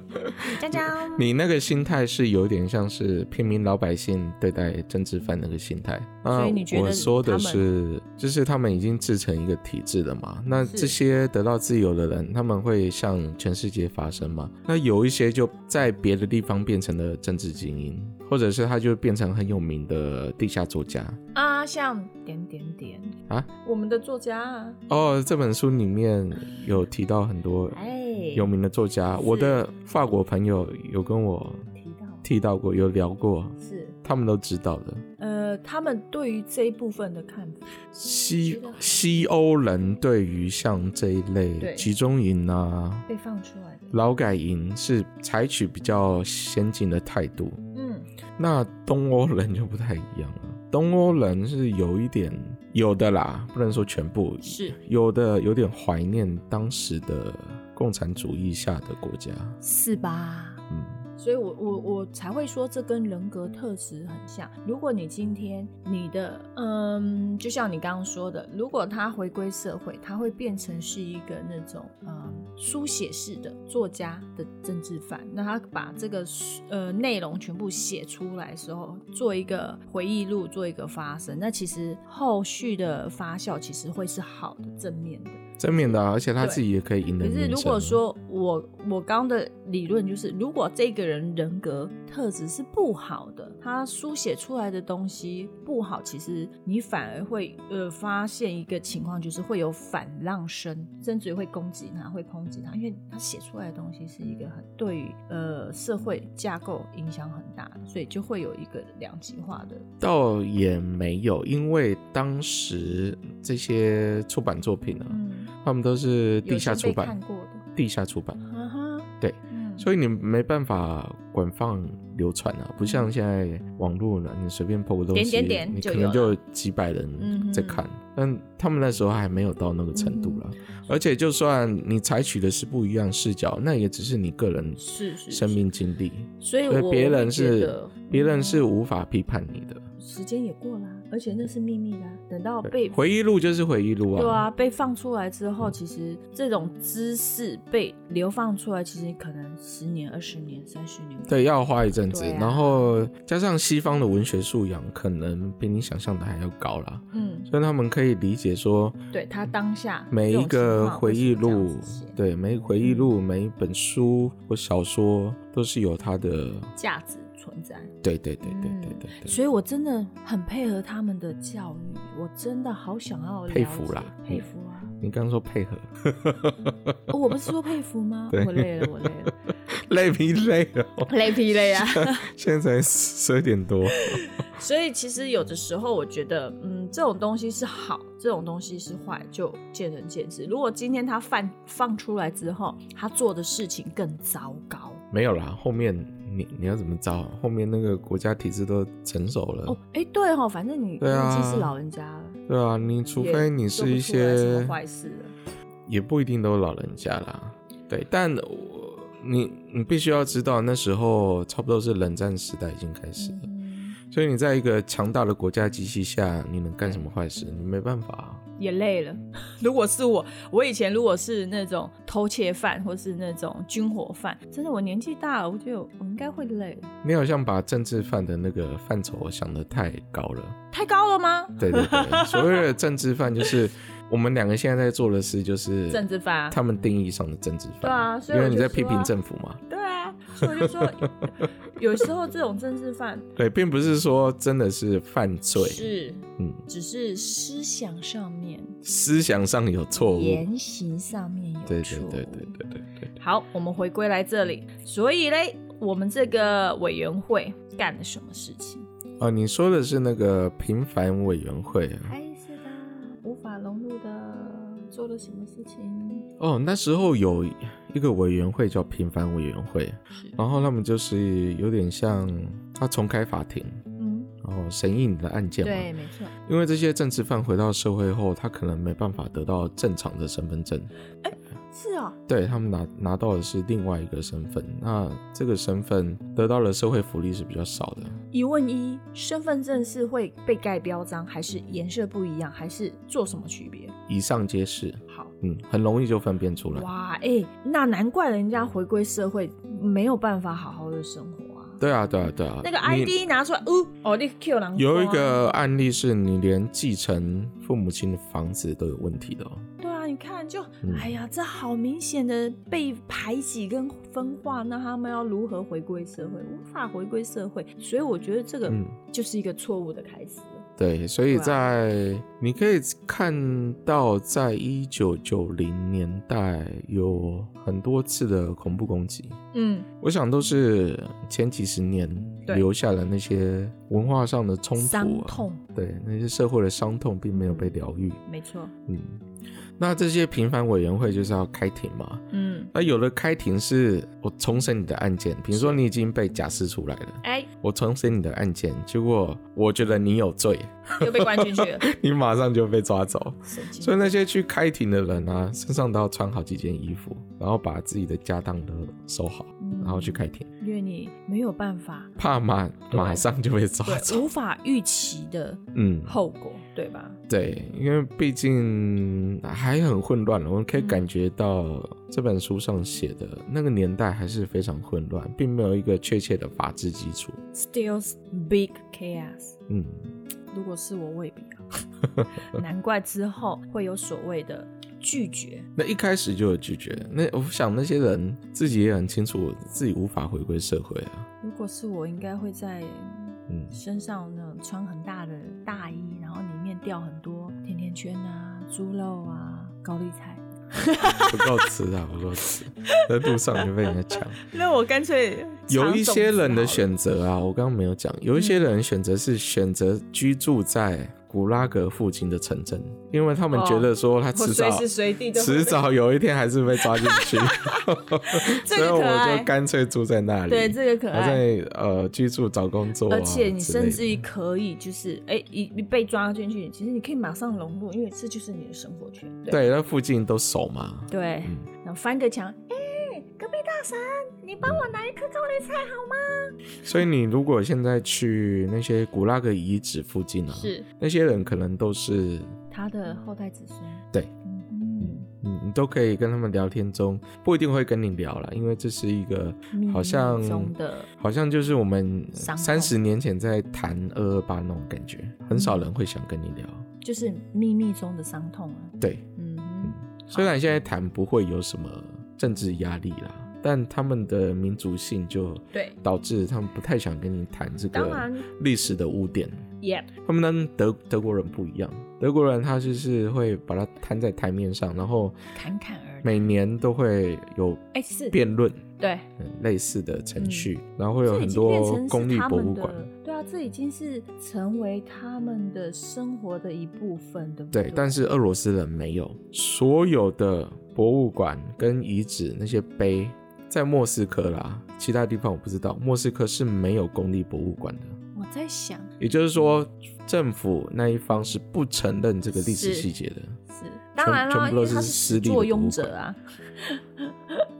A: 江江，
B: 你那个心态是有点像是平民老百姓对待政治犯那个心态。那
A: 所以你觉得
B: 我说的
A: 他们
B: 是，就是他们已经制成一个体制了嘛？那
A: 是
B: 这些得到自由的人，他们会向全世界发声嘛？那有一些就在别的地方变成了政治精英，或者是他就变成很有名的地下作家
A: 啊，像点点点，
B: 啊。
A: 我们的作家啊，
B: 哦，这本书里面有提到很多
A: 哎，
B: 有名的作家，我的法国朋友有跟我
A: 提到
B: 提到过，有聊过，
A: 是。
B: 他们都知道的。
A: 呃，他们对于这一部分的看法，
B: 西
A: 觉得很
B: 西欧人对于像这一类
A: 对
B: 集中营啊、
A: 被放出来的，
B: 劳改营是采取比较先进的态度，
A: 嗯，
B: 那东欧人就不太一样了。东欧人是有一点有的啦，不能说全部，
A: 是
B: 有的有点怀念当时的共产主义下的国家。
A: 是吧？
B: 嗯，
A: 所以我我我才会说这跟人格特质很像。如果你今天你的嗯，就像你刚刚说的，如果他回归社会，他会变成是一个那种嗯书写式的作家的政治犯，那他把这个书呃内容全部写出来的时候，做一个回忆录，做一个发声，那其实后续的发酵其实会是好的、正面的。
B: 正面的啊、而且他
A: 对
B: 自己也可以赢得
A: 可
B: 民
A: 是
B: 生。
A: 如果说我我刚的理论就是，如果这个人人格特质是不好的，他书写出来的东西不好，其实你反而会呃发现一个情况，就是会有反浪声，甚至于会攻击他，会抨击他，因为他写出来的东西是一个很对于呃社会架构影响很大的，所以就会有一个两极化的。
B: 倒也没有，因为当时这些出版作品啊，
A: 嗯，
B: 他们都是地
A: 有
B: 下
A: 些
B: 出
A: 被
B: 版
A: 看，过的，嗯
B: 地下出版，
A: 哈哈，
B: 对，
A: 嗯，
B: 所以你没办法广放流传啊，不像现在网络呢，你随便 PO 个东西，
A: 嗯点点点
B: 你
A: 就
B: 可
A: 有
B: 能
A: 了
B: 就有几
A: 嗯
B: 百人
A: 哼
B: 在看，但他们那时候还没有到那个程度
A: 嗯
B: 啦。而且就算你采取的是不一样视角，那也只是你个人
A: 是是
B: 生命经历，
A: 所以
B: 所以
A: 我
B: 别
A: 会
B: 人
A: 觉
B: 是
A: 得
B: 别人是
A: 嗯
B: 无法批判你的。
A: 时间也过啦，而且那是秘密啦。等到被
B: 回忆嗯录就是回忆录
A: 对啊被放出来之后，其实这种知识被流放出来，其实可能十年、二十年、三十年。
B: 对，要花一阵子，
A: 对啊
B: 然后加上西方的文学素养，可能比你想象的还要高啦，
A: 嗯，
B: 所以他们可以理解说，
A: 对他当下
B: 每一个回忆
A: 这种情
B: 录
A: 况会是这样子写，嗯
B: 对每一个回忆录、每一本书或小说都是有它的，
A: 价值存在。
B: 对对对对
A: 嗯
B: 对对对，
A: 所以我真的很配合他们的教育，我真的好想要了解
B: 佩服啦
A: 佩服啊！
B: 你刚刚说配合，
A: 哦我不是说佩服吗？
B: 对
A: 我累了，我累了，
B: 累不累了？
A: 累疲累啊！
B: 现在才十二点多，
A: 所以其实有的时候，我觉得，嗯，这种东西是好，这种东西是坏，就见仁见智。如果今天他放放出来之后，他做的事情更糟糕
B: 没有啦，后面你你要怎么着？后面那个国家体制都成熟了，
A: 哦，哎，对哦，反正你
B: 嗯对啊
A: 已经是老人家了，
B: 对啊，你除
A: 也
B: 非你是一
A: 做不出来
B: 些
A: 什么坏事了。
B: 也不一定都是老人家啦。对，但我你你必须要知道，那时候差不多是冷战时代已经开始了，
A: 嗯
B: 所以你在一个强大的国家机器下，你能干什么坏事？你没办法啊、
A: 也累了。 如果是我，我以前如果是那种偷窃犯或是那种军火犯，真的我年纪大了，我觉得我应该会累了。
B: 你好像把政治犯的那个范畴想得太高了。
A: 太高了吗？
B: 对 对对，所谓的政治犯就是我们两个现在在做的事，就是
A: 政治犯啊
B: 他们定义上的政治犯。
A: 对啊所以
B: 因
A: 我
B: 为你
A: 就
B: 在批
A: 说
B: 评
A: 啊
B: 政府嘛。
A: 对啊，所以我就 说，有时候这种政治犯
B: 对，并不是说真的是犯罪，
A: 是，
B: 嗯，
A: 只是思想上面、
B: 思想上有错误。
A: 言行上面
B: 哦对
A: 有
B: 对
A: 错误。
B: 对对对对对。
A: 好，我们回归来这里，所以嘞，我们这个委员会干了什么事情？
B: 哦，你说的是那个平凡委员会啊？
A: 哎，是的，无法融入的做了什么事情？
B: 哦，那时候有一个委员会叫平反委员会，
A: 是，
B: 然后他们就是有点像他重开法庭，
A: 嗯，
B: 然后审议你的案件嘛。
A: 对，没错。
B: 因为这些政治犯回到社会后，他可能没办法得到正常的身份证，
A: 是哦，
B: 对他们拿拿到的是另外一个身份，那这个身份得到了社会福利是比较少的。
A: 疑问一：身份证是会被盖标章，还是颜色不一样，还是做什么区别？
B: 以上皆是，
A: 好，
B: 嗯，很容易就分辨出来。
A: 哇，哎、那难怪人家回归社会没有办法好好的生活啊。
B: 对啊，对啊，对啊。
A: 那个
B: 你
A: ID 拿出来，哦，哦，你 Q 狼
B: 有一个
A: 啊
B: 案例是你连继承父母亲的房子都有问题的、哦，
A: 对啊，你看就，
B: 嗯
A: 哎呀，这好明显的被排挤跟分化，那他们要如何回归社会？无法回归社会，所以我觉得这个
B: 嗯
A: 就是一个错误的开始。
B: 对，所以
A: 对啊
B: 在你可以看到，在一九九零年代有很多次的恐怖攻击，
A: 嗯，
B: 我想都是前几十年
A: 对
B: 留下了那些文化上的冲突、啊、
A: 伤痛，
B: 对那些社会的伤痛并没有被疗愈。
A: 没错。
B: 嗯，那这些平凡委员会就是要开庭嘛。
A: 嗯，
B: 那有的开庭是我重审你的案件，比如说你已经被假释出来了，
A: 哎，
B: 我重审你的案件，结果我觉得你有罪，
A: 又被关进去了，
B: 你马上就被抓走。
A: 神经。
B: 所以那些去开庭的人啊，身上都要穿好几件衣服，然后把自己的家当都收好，
A: 嗯
B: 然后去开庭，
A: 因为你没有办法，
B: 怕马
A: 对
B: 马上就被抓
A: 对，
B: 走。
A: 无法预期的
B: 嗯，
A: 后果，对吧？
B: 对，因为毕竟还很混乱，我们可以感觉到这本书上写的那个年代还是非常混乱，并没有一个确切的法治基础。
A: Still big chaos。
B: 嗯，
A: 如果是我，未必啊。 难怪之后会有所谓的拒绝。
B: 那一开始就有拒绝，那我想那些人自己也很清楚，自己无法回归社会啊。
A: 如果是我，应该会在
B: 嗯，
A: 身上呢穿很大的大衣，然后里面掉很多甜甜圈啊、猪肉啊、高丽菜。
B: 不够吃啊，不够吃，在路上就被人 家抢。
A: 那我干脆
B: 有一些人的选择啊，我刚刚没有讲，有一些人选择是选择居住在古拉格附近的城镇，因为他们觉得说他迟早、
A: 哦我随时随地都会被
B: 迟早有一天还是被抓进 去，
A: 这
B: 所以
A: 个可
B: 我
A: 爱
B: 就干脆住在那里。
A: 对这个可
B: 还
A: 爱。
B: 在呃居住找工作、啊，
A: 而且你甚至于
B: 于
A: 可以，就是哎，一、一被抓进去，其实你可以马上融入，因为这就是你的生活圈。对
B: 对那附近都熟嘛，
A: 对，
B: 嗯
A: 然后翻个墙，哎、隔壁大神，你帮我拿一颗高丽菜好吗？
B: 所以你如果现在去那些古拉格遗址附近啊，那些人可能都是
A: 他的后代子孙。
B: 对
A: 嗯，
B: 你你都可以跟他们聊天中，不一定会跟你聊了，因为这是一个
A: 嗯，
B: 好像
A: 秘密中的
B: 好像就是我们
A: 伤
B: 三十年前在谈二二八那种感觉，很
A: 嗯
B: 少人会想跟你聊。
A: 就是秘密中的伤痛啊。
B: 对，
A: 嗯哼，
B: 虽然现在谈不会有什么政治压力啦，但他们的民族性就
A: 对
B: 导致他们不太想跟你谈这
A: 当
B: 个
A: 然
B: 历史的污点。
A: ，Yep，
B: 他们跟德德国人不一样，德国人他就是会把它摊在台面上，然后
A: 侃侃而谈。
B: 每年都会有
A: 哎，是，
B: 辩论。
A: 对，
B: 嗯类似的程
A: 嗯
B: 序，然后会有
A: 这已
B: 很
A: 经变
B: 多
A: 成
B: 公
A: 是
B: 立
A: 他
B: 博
A: 们
B: 物
A: 的
B: 馆。
A: 对啊，这已经是成为他们的生活的一部分，对不
B: 对，但是俄罗斯人没有，所有的博物馆跟遗址那些碑，在莫斯科啦，其他地方我不知道，莫斯科是没有公立博物馆的，
A: 我在想，
B: 也就是说，政府那一方是不承认这个历史
A: 嗯是
B: 细节的。
A: 是，当然啦，
B: 全部
A: 因
B: 都
A: 为
B: 是
A: 他
B: 私
A: 始
B: 立的
A: 作
B: 博
A: 俑
B: 物
A: 者啊，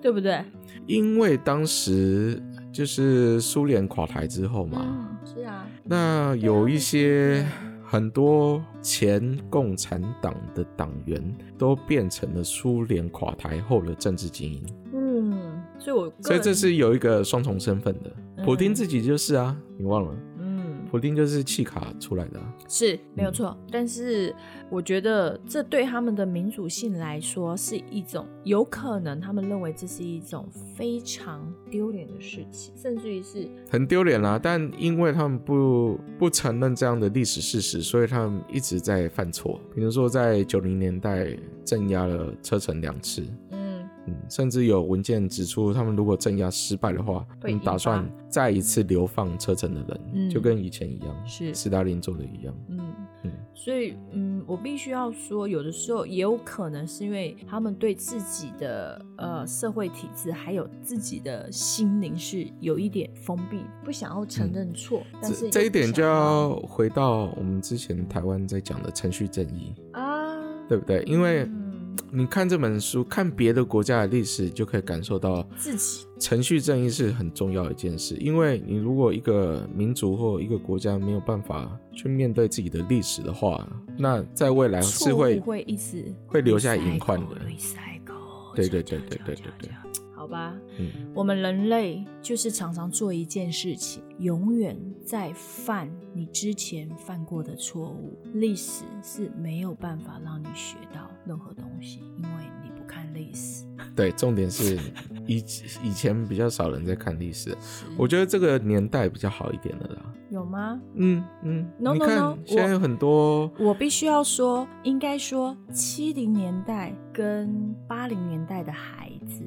A: 对不对？
B: 因为当时就是苏联垮台之后嘛，
A: 嗯，是啊，
B: 那有一些很多前共产党的党员都变成了苏联垮台后的政治精英，
A: 嗯，所以我个人
B: 所以这是有一个双重身份的。普丁自己就是啊，你忘了，
A: 嗯
B: 普丁就是契卡出来的、啊。
A: 是没有错，但是我觉得这对他们的民主性来说是一种有可能他们认为这是一种非常丢脸的事情，甚至于是
B: 很丢脸啦，但因为他们不不承认这样的历史事实，所以他们一直在犯错。比如说，在九零年代镇压了车臣两次，
A: 嗯
B: 嗯，甚至有文件指出，他们如果镇压失败的话，他
A: 会
B: 们
A: 引
B: 打
A: 发
B: 算再一次流放车臣的人，
A: 嗯
B: 就跟以前一样，
A: 是
B: 斯大林做的一样。
A: 嗯
B: 嗯，
A: 所以，嗯，我必须要说，有的时候也有可能是因为他们对自己的呃社会体制还有自己的心灵是有一点封闭，不想要承认错，但是
B: 嗯这
A: 又
B: 这一点
A: 不
B: 就
A: 想
B: 要回到我们之前台湾在讲的程序正义，
A: 啊，
B: 对不对？因为
A: 嗯
B: 你看这本书，看别的国家的历史，就可以感受到
A: 自己
B: 程序正义是很重要的一件事。因为你如果一个民族或一个国家没有办法去面对自己的历史的话，那在未来是
A: 错
B: 会
A: 误会一直
B: 会留下隐患的。
A: recycle，recycle，
B: 对对对
A: 这样
B: 对对
A: 这样
B: 对
A: 这样这样好吧，
B: 嗯，
A: 我们人类就是常常做一件事情，永远在犯你之前犯过的错误。历史是没有办法让你学到任何东西，因为你不看历史。
B: 对，重点是以以前比较少人在看历史，我觉得这个年代比较好一点的啦。
A: 有吗？
B: 嗯嗯
A: No,
B: 你
A: no,
B: 看
A: no，
B: 现在
A: 我
B: 有很多
A: 我必须要说，应该说七零年代跟八零年代的孩子，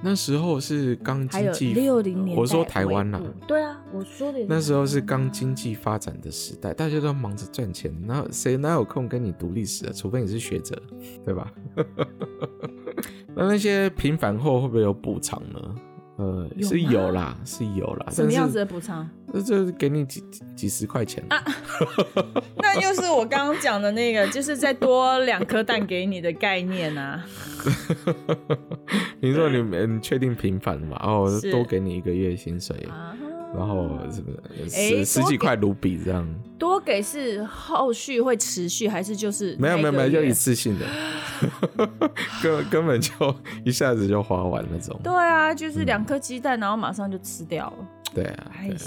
B: 那时候是刚
A: 还
B: 经
A: 有
B: 济，
A: 六零年代，
B: 我说台湾啦、
A: 啦、对啊，我说的也
B: 那时候是刚
A: 经。
B: 经济发展的时代，大家都忙着赚钱，哪谁哪有空跟你读历史啊？除非你是学者，对吧？ 那那些平反后会不会有补偿呢？呃，
A: 有
B: 是
A: 吗
B: 有啦，是有啦，
A: 什么
B: 但是
A: 样子的补偿？
B: 这这给你几几几十块钱啊？
A: 那又是我刚刚讲的那个，就是再多两颗蛋给你的概念啊。
B: 你说你你确定平反嘛？哦，
A: 是
B: 多给你一个月薪水，
A: 啊
B: 然后是不是
A: 诶
B: 十十
A: 多
B: 几
A: 给
B: 块卢比这样？
A: 多给是后续会持续，还是就是
B: 没有没有没
A: 那
B: 有，
A: 一个
B: 就
A: 月
B: 一？次性的， 根根本就一下子就花完那种。
A: 对啊，就是两颗鸡蛋，然后马上就吃掉了。
B: 嗯对啊，
A: 哎
B: 对啊，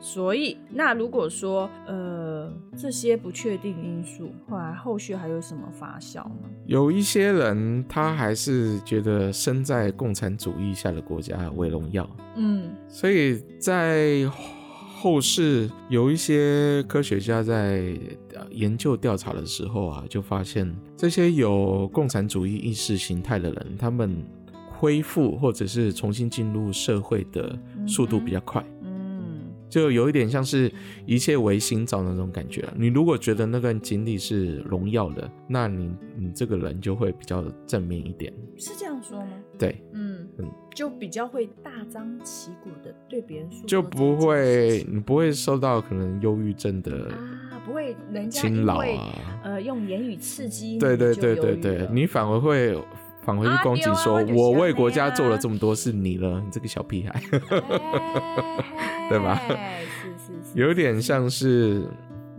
A: 所以，那如果说呃这些不确定因素，后来后续还有什么发酵吗？
B: 有一些人他还是觉得身在共产主义下的国家为荣耀，
A: 嗯，
B: 所以在后世有一些科学家在呃研究调查的时候啊，就发现这些有共产主义意识形态的人，他们恢复或者是重新进入社会的速度比较快。
A: 嗯，
B: 就有一点像是一切唯心造那种感觉啊。你如果觉得那段经历是荣耀的，那你你这个人就会比较正面一点。
A: 是这样说吗？
B: 对，
A: 嗯
B: 嗯，
A: 就比较会大张旗鼓的对别人说，
B: 就不会你不会受到可能忧郁症的
A: 啊，不会人家
B: 侵
A: 因
B: 扰
A: 为
B: 啊。
A: 呃用言语刺激你，
B: 对对
A: 就
B: 对
A: 犹
B: 对
A: 豫
B: 对
A: 了，
B: 你反而会返回去
A: 啊
B: 攻击
A: 对啊
B: 说
A: 我：“就是
B: 我
A: 这
B: 为
A: 样
B: 国家做了
A: 啊
B: 这么多事，你了，你这个小屁孩。”
A: 对
B: 对吧
A: 是是是，
B: 有点像是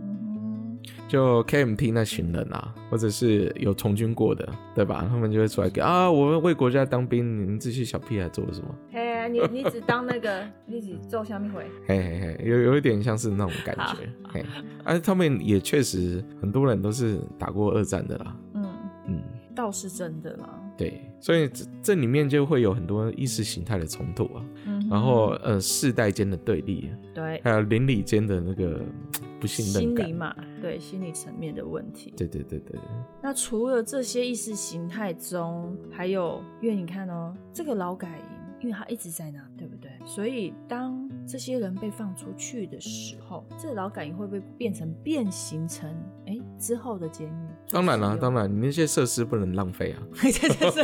A: 嗯
B: 就 KMT 那群人啊，或者是有从军过的，对吧？他们就会出来给啊，我们为国家当兵，你们这些小屁孩做了什么？
A: 哼，嘿啊，你你只当那 个，你只做下面回，
B: 嘿嘿嘿，有有一点像是那种感
A: 好
B: 觉。嘿，啊，他们也确实很多人都是打过二战的啦。
A: 嗯，
B: 嗯，
A: 倒是真的啦，
B: 对，所以这这里面就会有很多意识形态的冲突啊，
A: 嗯哼，
B: 然后呃，世代间的对立，
A: 对
B: 还有邻里间的那个嗯不信任
A: 心理
B: 感。
A: 嘛，对心理层面的问题。
B: 对对对对，
A: 那除了这些意识形态中，还有因为你看哦，这个劳改营，因为它一直在那，对不对？所以当这些人被放出去的时候，这个劳改营会不会变成变形成哎之后的监狱？
B: 当然啦、当
A: 然，
B: 然，你那些设施不能 浪费啊，
A: 这这是，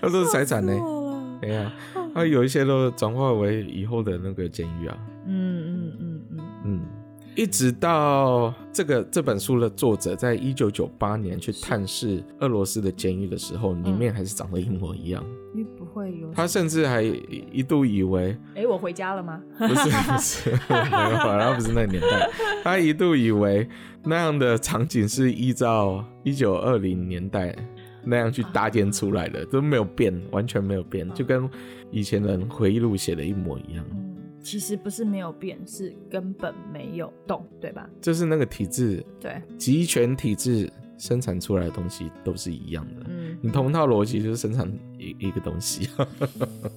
B: 那 都是财 产呢、
A: 吓死我了
B: 对呀、啊，啊，有一些都转化为以后的那个监狱啊，
A: 嗯嗯嗯嗯，
B: 嗯，一直到这个这本书的作者在一九九八年去探视俄罗斯的监狱的时候，里面还是长得一模一样。
A: 因为不会有
B: 他甚至还一一度以为
A: 哎，我回家了吗？
B: 不是不是，没有啊，他不是那个年代，他一度以为那样的场景是依照一九二零年代。那样去搭建出来的都没有变，完全没有变，就跟以前人回忆录写的一模一样。
A: 嗯，其实不是没有变，是根本没有动，对吧？
B: 就是那个体制，
A: 对，
B: 集权体制生产出来的东西都是一样的。
A: 嗯
B: 你同套逻辑就是生产一一个东西，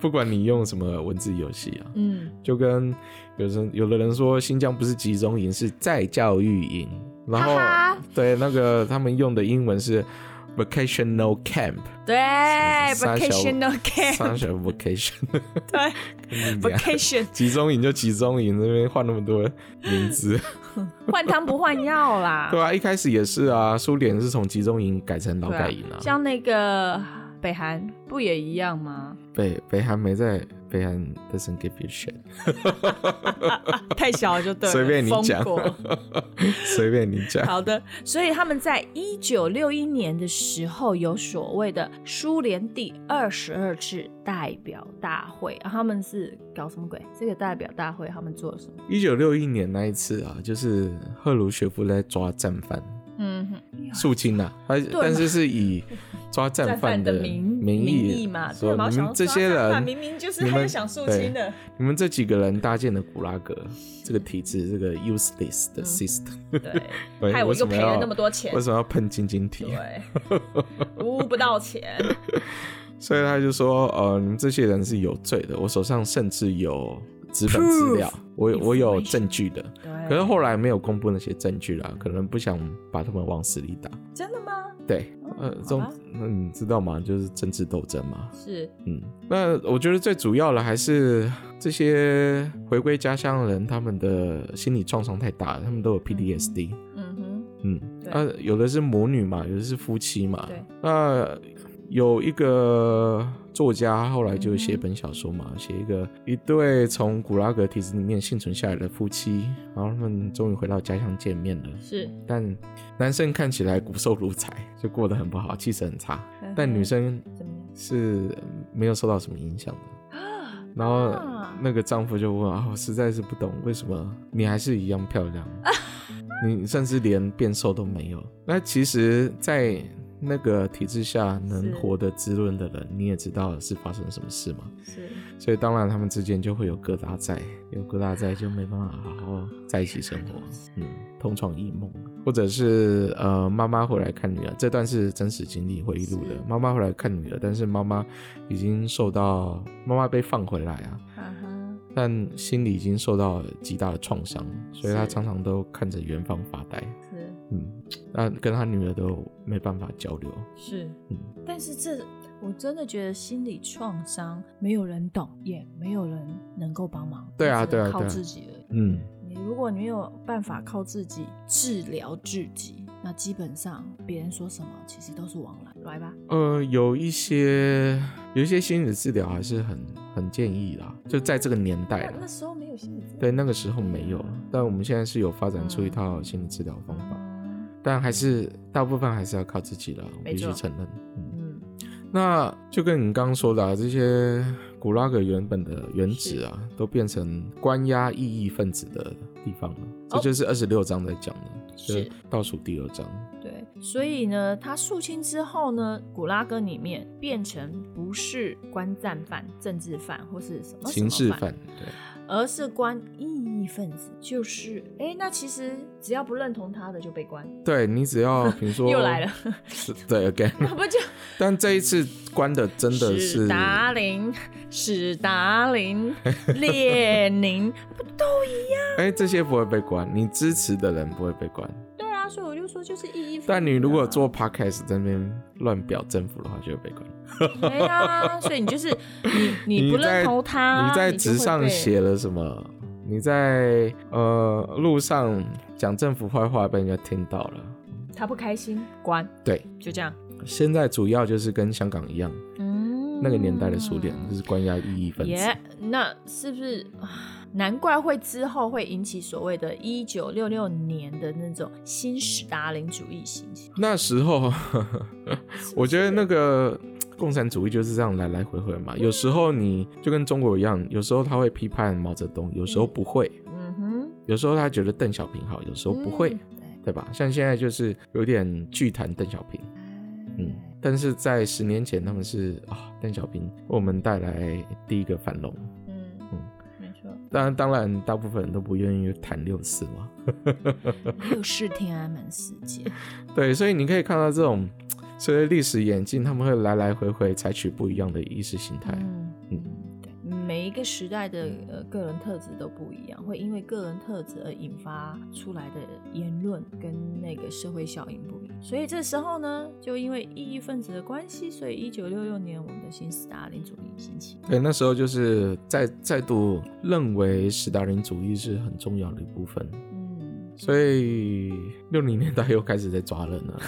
B: 不管你用什么文字游戏啊，
A: 嗯。
B: 就跟有人有的人说新疆不是集中营，是再教育营，然后
A: 哈哈
B: 对那个他们用的英文是 vacational camp，
A: 对
B: 三小
A: ，vacational camp，
B: 三小 vacation，
A: 对，vacation
B: 集中营就集中营，这边换那么多名字，
A: 换汤不换药啦。
B: 对啊，一开始也是啊，苏联是从集中营改成劳
A: 对啊
B: 改营啊，
A: 像那个北韩不也一样 吗？
B: 北北韩没在，北韩 doesn't give you shit，
A: 太小了就对了，
B: 随便你
A: 封
B: 讲
A: 国
B: 随便你讲，
A: 好的，所以他们在一九六一年的时候有所谓的苏联第二十二次代表大会、啊，他们是搞什么鬼？这个代表大会他们做了什么？
B: 一九六一年那一次啊，就是赫鲁雪夫在抓战犯，
A: 嗯哼，
B: 肃清啊，他
A: 嘛
B: 但是是以抓战犯
A: 的
B: 名
A: 名
B: 义
A: 义嘛，
B: 说
A: 对嘛？我
B: 你
A: 想
B: 们
A: 说
B: 这些
A: 抓犯法
B: 人
A: 明明就是
B: 你
A: 他
B: 们
A: 就想肃清的，
B: 对你们这几个人搭建了古拉格这个体制，这个 useless
A: 嗯
B: 的 system，、
A: 对，
B: 对
A: 害我
B: 为什
A: 又
B: 么
A: 赔了
B: 要
A: 那么多钱
B: 为，什么要喷晶晶体？啊
A: 对， 污不到 钱，
B: 所以他就说，呃，你们这些人是有罪的，我手上甚至有纸本资料
A: Proof，
B: 我有我有
A: information
B: 证据的。
A: 对，
B: 可是后来没有公布那些证据啦，可能不想把他们往死里打。
A: 真的吗？
B: 对，呃，这
A: 好
B: 种
A: 吧
B: 那你知道吗？就是政治斗争嘛。
A: 是，
B: 嗯，那我觉得最主要的还是这些回归家乡的人，他们的心理创伤太大了，他们都有 PTSD。
A: 嗯哼，
B: 嗯，
A: 对
B: 那、有的是母女嘛，有的是夫妻嘛。
A: 对。
B: 那有一个作家后来就写一本小说嘛，写一个一对从古拉格体制里面幸存下来的夫妻，然后他们终于回到家乡见面了。
A: 是，
B: 但男生看起来骨瘦如柴，就过得很不好，气色很差。啊但女生
A: 怎么样？
B: 是没有受到什么影响的。然后
A: 啊
B: 那个丈夫就问啊，我实在是不懂为什么你还是一样漂 亮，你甚至连变瘦都没有。那其实，在那个体制下，能
A: 是
B: 活得滋润的人，你也知道是发生什么事嘛。
A: 是，
B: 所以当然他们之间就会有疙瘩在，有疙瘩在就没办法好好在一起生活，嗯，同床异梦，或者是呃妈妈回来看女儿，这段是真实经历回忆录的
A: 是。
B: 妈妈回来看女儿，但是妈妈已经受到妈妈被放回来啊，
A: 哈哈，
B: 但心里已经受到极大的创伤，所以她
A: 是
B: 常常都看着远方发呆，
A: 是
B: 嗯，那跟她女儿都没办法交流，
A: 是，
B: 嗯，
A: 但是这我真的觉得心理创伤没有人懂，也没有人能够帮忙。
B: 对啊
A: 你只能
B: 对啊
A: 靠
B: 对啊
A: 自己而已。
B: 嗯。
A: 你如果你没有办法靠自己治疗自己，那基本上别人说什么其实都是枉然。来吧，
B: 呃，有一些有一些心理治疗还是很很建议啦，就在这个年代
A: 那
B: 了。
A: 时候没有心理治疗。
B: 对，那个时候没有，但我们现在是有发展出一套心理治疗方法，
A: 嗯
B: 但还是大部分还是要靠自己了，我
A: 没
B: 必须
A: 错
B: 承认。嗯，
A: 嗯，
B: 那就跟你刚刚说的、啊，这些古拉格原本的原址啊，都变成关押异议分子的地方了，这
A: 哦
B: 就是二十六章在讲的，就是
A: 是
B: 倒数第二章。
A: 对，所以呢，他肃清之后呢，古拉格里面变成不是关战犯、政治犯或是什么什哦么
B: 刑事
A: 犯
B: 犯，，对，
A: 而是关异议分子，就是哎、诶那其实只要不认同他的就被关，
B: 对你 只要比如说
A: 又来了，
B: 是，对，again，
A: 那不就
B: 但这一次关的 真的
A: 史
B: 是，
A: 达林、史达 林、列宁，不都一样？
B: 哎、这些不会被关，你支持的人不会被关。
A: 对啊，所以我就说就是异议分子啊。
B: 但你如果做 podcast 在那边乱表政府的话，就会被关。
A: 对啊，所以你就是 你你不
B: 在
A: 认同他，
B: 你在
A: 就
B: 纸
A: 会
B: 上
A: 被
B: 写了什么？你在呃路上讲政府坏话被人家听到了。
A: 他不开心，关
B: 对，
A: 就这样。
B: 现在主要就是跟香港一样，
A: 嗯，
B: 那个年代的苏联就是关押异议分子。
A: 耶那是不是啊难怪会之后会引起所谓的一九六六年的那种新史达林主义兴起？
B: 那时候，我觉得那个共产主义就是这样来来回回嘛。有时候你就跟中国一样，有时候他会批判毛泽东，有时候不会，
A: 嗯哼，
B: 有时候他觉得邓小平好，有时候不会，
A: 嗯
B: 对吧？像现在就是有点拒谈邓小平，
A: 对
B: 嗯。但是在十年前，他们是啊，邓小平为我们带来第一个繁荣。
A: 嗯，没错，
B: 当然，当然，大部分人都不愿意谈六四嘛。
A: 六四天安门事件，
B: 对，所以你可以看到这种，随着历史演进，他们会来来回回采取不一样的意识形态。
A: 嗯
B: 嗯
A: 嗯，对，每一个时代的呃个人特质都不一样，会因为个人特质而引发出来的言论跟那个社会效应不一样。所以这时候呢，就因为异议分子的关系，所以一九六六年我们的新斯大林主义兴起。
B: 对，那时候就是再再度认为史达林主义是很重要的一部分，
A: 嗯，
B: 所以六零年代又开始在抓人 了。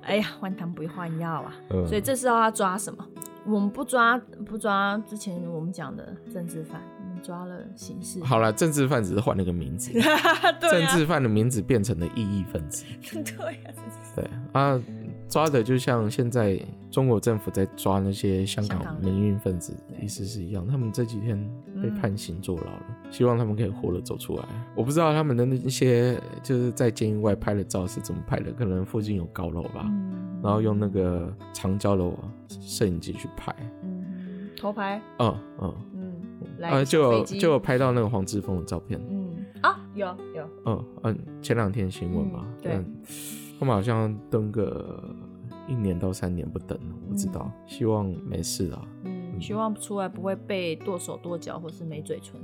A: 哎呀，换汤不换药啊！
B: 嗯
A: 所以这时候要抓什么？我们不抓不抓之前我们讲的政治犯，我们抓了刑事。
B: 好了，政治犯只是换了个名字，
A: 对啊
B: 政
A: 呀、
B: 治犯的名字变成了异议分子。
A: 对呀、这是
B: 对啊，抓的就像现在中国政府在抓那些香
A: 香港
B: 港
A: 人
B: 民运分子，
A: 对
B: 意思是一样。他们这几天被
A: 嗯
B: 判刑坐牢了，希望他们可以活着走出来。我不知道他们的那些就是在监狱外拍的照是怎么拍的，可能附近有高楼吧，
A: 嗯
B: 啊然后用那个长焦的摄影机去拍。
A: 嗯头牌，
B: 嗯嗯，
A: 嗯，来、
B: 啊，就有
A: 飞机
B: 就有拍到那个黄之锋的照片。
A: 嗯啊，有有，
B: 嗯嗯，前两天新闻嘛，
A: 嗯对
B: 但他们好像蹲个一年到三年不等，我不知道，希望没事啊，
A: 嗯，希望出来不会被剁手剁脚或是没嘴唇。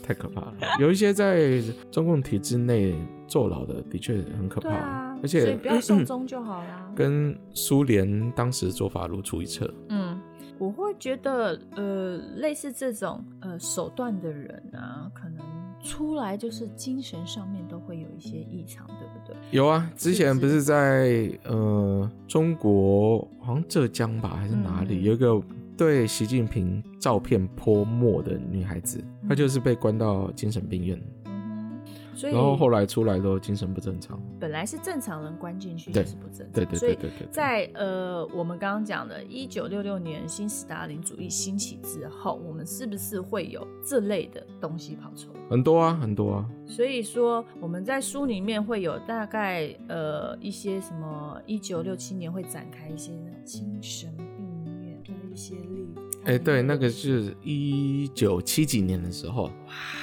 B: 太可怕了。 有一些在中共体制内坐牢的，的确很可怕，
A: 对啊，
B: 而且。
A: 所以不要送终就好啦
B: 跟苏联当时做法如出一辙。
A: 嗯，我会觉得，呃，类似这种呃手段的人啊，可能出来就是精神上面都会有一些异常，对不对？
B: 有啊，之前
A: 是
B: 不是在呃中国，好像浙江吧还是哪里，
A: 嗯嗯
B: 有一个对习近平照片泼墨的女孩子，她就是被关到精神病院。
A: 嗯哼，所以
B: 然后后来出来都精神不正常。
A: 本来是正常人关进去
B: 对
A: 就是不正常，
B: 对对
A: 所以
B: 对对对对
A: 在呃我们刚刚讲的，一九六六年新斯大林主义兴起之后，我们是不是会有这类的东西跑出来？
B: 很多啊，很多啊，
A: 所以说我们在书里面会有大概呃一些什么，一九六七年会展开一些精神病院的一些例子。啊
B: 哎、对，那个是一九七几年的时候，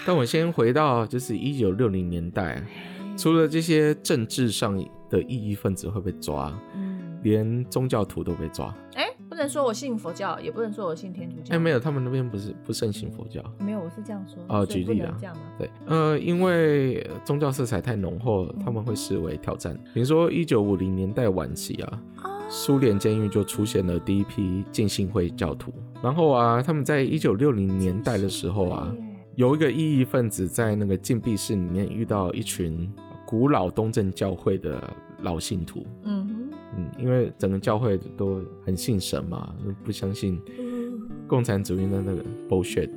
B: 但我先回到就是一九六零年代，
A: 嗯
B: 除了这些政治上的异议分子会被抓，
A: 嗯，
B: 连宗教徒都被抓。
A: 哎、不能说我信佛教，也不能说我信天主教。
B: 哎、没有，他们那边不是不盛行佛教。
A: 没有，我是这样说。
B: 哦
A: 所以
B: 举例
A: 不
B: 啊
A: 能这样吗？
B: 对，呃，因为宗教色彩太浓厚，他们会视为挑战。比如说，一九五零年代晚期啊，
A: 啊，
B: 苏联监狱就出现了第一批浸信会教徒。然后啊，他们在一九六零年代的时候啊
A: 真，是耶
B: 有一个异议分子在那个禁闭室里面遇到一群古老东正教会的老信徒。
A: 嗯
B: 嗯，因为整个教会都很信神嘛，就不相信
A: 哼，
B: 共产主义的那个 bullshit，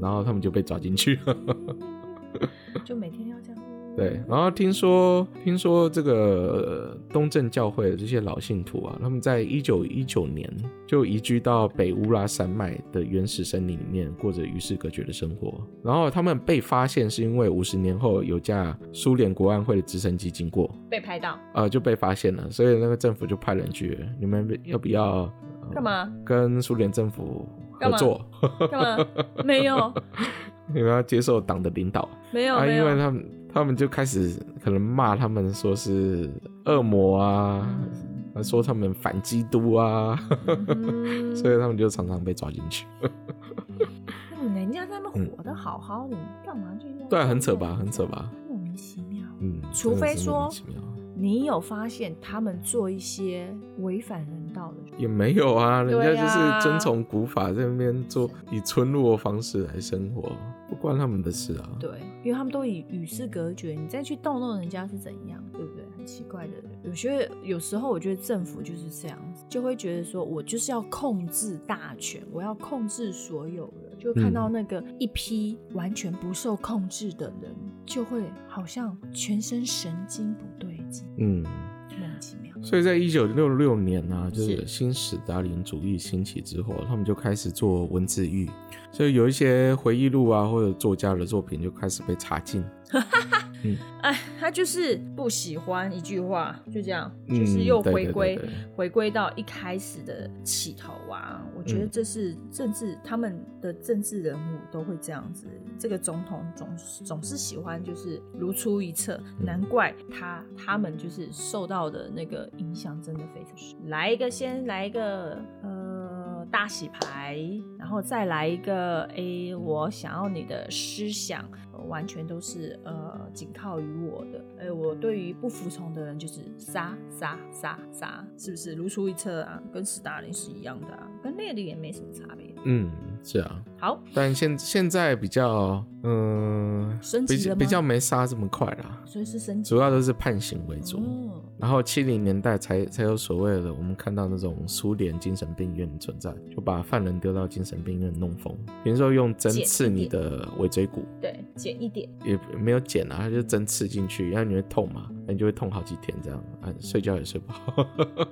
B: 然后他们就被抓进去了。
A: 就每天要这样。
B: 对，然后听说听说这个呃东正教会的这些老信徒啊，他们在一九一九年就移居到北乌拉山脉的原始森林里面，过着与世隔绝的生活。然后他们被发现是因为五十年后有架苏联国安会的直升机经过，
A: 被拍到
B: 呃，就被发现了，所以那个政府就派人去，你们要不要
A: 干嘛？
B: 跟苏联政府合作？
A: 干嘛？没有，
B: 你们要接受党的领导。
A: 没有，
B: 啊，
A: 没
B: 因为
A: 有。
B: 他们他们就开始可能骂他们说是恶魔啊，
A: 嗯
B: 啊说他 们反基督啊，
A: 嗯
B: 所以他们就常常被抓进去。
A: 那你人家在那边活得好好的，你干嘛就要？
B: 对，啊很扯吧，很扯？吧，
A: 莫名其妙。
B: 嗯，
A: 除非
B: 真的是
A: 说
B: 莫名其妙
A: 你有发现他们做一些违反人道的事？
B: 也没有啊，人
A: 对
B: 家就是
A: 啊
B: 遵从古法在那边做以村落的方式来生活，不关他们的事啊。
A: 对，因为他们都以与世隔绝，你再去动弄人家是怎样，对不对？很奇怪的。有些有时候我觉得政府就是这样子，就会觉得说我就是要控制大权，我要控制所有人，就会看到那个一批完全不受控制的人，就会好像全身神经不对劲，
B: 嗯，
A: 莫名其妙。
B: 所以在一九六六年呢、啊，就是
A: 是
B: 新史达林主义兴起之后，他们就开始做文字狱，所以有一些回忆录啊或者作家的作品就开始被查禁。
A: 哎， 他就是不喜欢一句话，就这样，
B: 嗯
A: 就是又回归、
B: 对对对对
A: 回归到一开始的起头啊。我觉得
B: 嗯
A: 这是政治，他们的政治人物都会这样子。这个总统总是总是喜欢就是如出一辙，
B: 嗯
A: 难怪他他们就是受到的那个影响真的非常深。来一个先来一个呃。大洗牌，然后再来一个诶，我想要你的思想，呃完全都是呃仅靠于我的。诶，我对于不服从的人就是杀杀杀杀，是不是如出一辙啊？跟斯大林是一样的啊，跟列宁也没什么差别。
B: 嗯，是啊，
A: 好，
B: 但现现在比较，嗯、
A: 升
B: 比
A: 级
B: 较
A: 了吗
B: 比较没杀这么快啦，
A: 所以是升级
B: 主要都是判刑为主。
A: 哦，
B: 然后七零年代才才有所谓的我们看到那种苏联精神病院存在，就把犯人丢到精神病院弄疯，比如说用针
A: 剪
B: 刺
A: 一
B: 你
A: 点
B: 的尾椎骨，
A: 对，减一点。
B: 也没有剪啊，它就针刺进去，然后你会痛嘛，那你就会痛好几天这样，啊，睡觉也睡不好，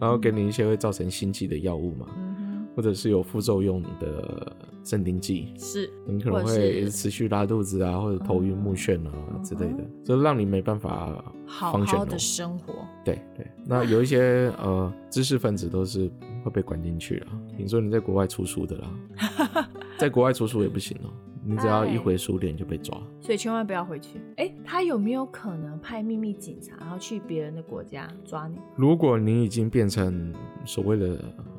B: 然后给你一些会造成心悸的药物嘛，
A: 嗯
B: 或者是有副作用的镇定剂
A: 哼，。是
B: 你可能
A: 或者
B: 会
A: 是哦
B: 持续拉肚子啊，或者头晕目眩啊之类的，就让你没办法
A: 好
B: 方选
A: 好
B: 哦
A: 的生活。
B: 对对，那有一些呃知识分子都是会被关进去了。你说你在国外出书的啦， 在国外出书也不行哦、你只
A: 哎
B: 要一回苏联就被抓。
A: 所以千万不要回去。哎、他有没有可能派秘密警察，然后去别人的国家抓你？
B: 如果你已经变成所谓的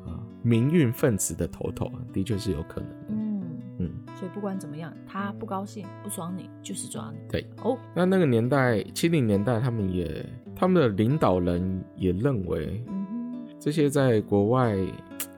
B: 呃民运分子的头头，的确是有可能的。
A: 嗯，
B: 嗯，
A: 所以不管怎么样，他不高兴、不爽你，就是抓你。
B: 对，
A: 哦，
B: 那那个年代，七零年代，他们也他们的领导人也认为
A: 嗯
B: 这些在国外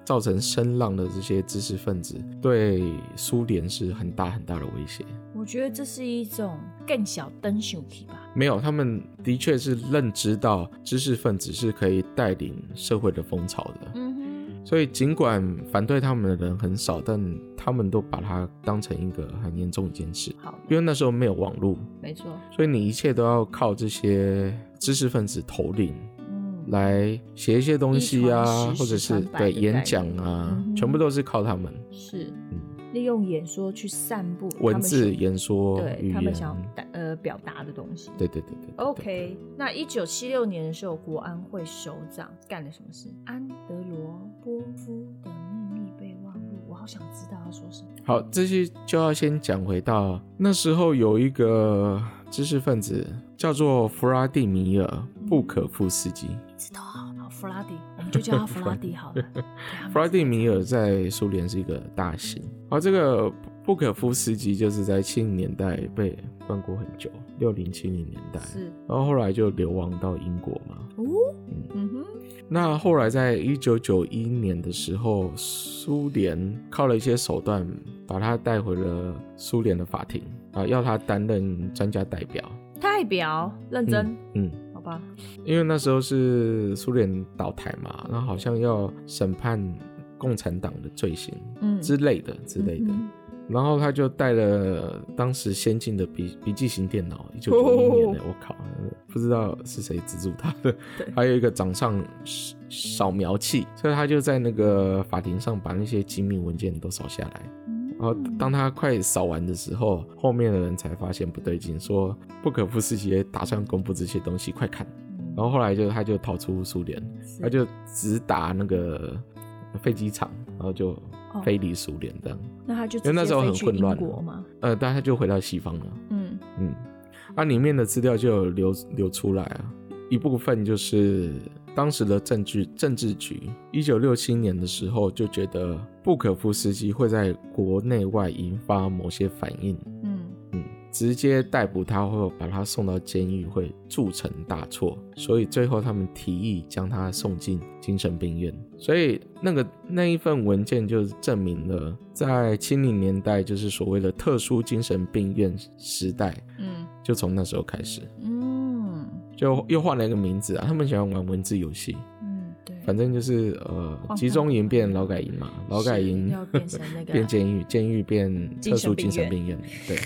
B: 造成声浪的这些知识分子，对苏联是很大很大的威胁。
A: 哼，我觉得这是一种更小灯秀体吧。
B: 没有，他们的确是认知到知识分子是可以带领社会的风潮的，
A: 嗯哼，
B: 所以尽管反对他们的人很少，但他们都把它当成一个很严重一件事。
A: 好，
B: 因为那时候没有网络，
A: 没错。
B: 所以你一切都要靠这些知识分子头领
A: 嗯，
B: 来写一些东西啊，
A: 一传十
B: 或者是
A: 十传百
B: 对
A: 的
B: 演
A: 概
B: 讲
A: 念
B: 啊，
A: 嗯哼
B: 全部都是靠他们
A: 是
B: 嗯
A: 利用演说去散布他
B: 文
A: 们
B: 字、
A: 想
B: 演说、
A: 对
B: 语
A: 他
B: 言
A: 们，想达呃表达的东西。
B: 对对对对对对
A: OK，那一九七六年的时候，国安会首长干了什么事？安德罗波夫的秘密备忘录，我好想知道他说什么。
B: 好，这些就要先讲回到那时候有一个知识分子叫做弗拉蒂米尔·布可夫斯基。
A: 一直都好好弗拉迪，我们就叫他弗拉迪好 了。对啊
B: 弗拉蒂米尔在苏联是一个大型，而这个布可夫斯基就是在七零年代被关过很久，六零七零年代，
A: 是
B: 然后后来就流亡到英国嘛。
A: 哦，嗯哼，
B: 那后来在一九九一年的时候，苏联靠了一些手段把他带回了苏联的法庭啊，要他担任专家代表。
A: 代表认真，
B: 嗯，
A: 好吧？
B: 嗯因为那时候是苏联倒台嘛，然后好像要审判共产党的罪行
A: 嗯，
B: 之类的之类的。
A: 嗯
B: 然后他就带了当时先进的笔笔记型 电脑，一九九一年的，我靠，不知道是谁资助他的
A: 哦对。
B: 还有一个掌上扫描器，所以他就在那个法庭上把那些机密文件都扫下来。
A: 嗯
B: 然后当他快扫完的时候，后面的人才发现不对劲，说布可夫斯基也打算公布这些东西，快看！
A: 嗯
B: 然后后来就他就逃出苏联，
A: 是
B: 他就直达那个飞机场，然后就
A: 哦
B: 飞离苏联这样。
A: 那他就直
B: 因为那
A: 接
B: 时候
A: 飞
B: 很
A: 去
B: 混
A: 英
B: 乱
A: 国嘛，
B: 呃，但他就回到西方了。
A: 嗯，
B: 嗯，那、里面的资料就有流流出来啊，一部分就是当时的政治政治局，一九六七年的时候就觉得布可夫斯基会在国内外引发某些反应，
A: 嗯
B: 嗯，直接逮捕他或把他送到监狱会铸成大错，所以最后他们提议将他送进精神病院。所以那个那一份文件就证明了，在七零年代就是所谓的特殊精神病院时代，
A: 嗯
B: 就从那时候开始，
A: 嗯
B: 就又换了一个名字啊。他们喜欢玩文字游戏，
A: 嗯，对，
B: 反正就是呃，
A: 换
B: 集中营变劳改营嘛，劳改营
A: 哦是要变成那个
B: 变监狱，监狱变特殊
A: 精
B: 精神
A: 神
B: 病院，对。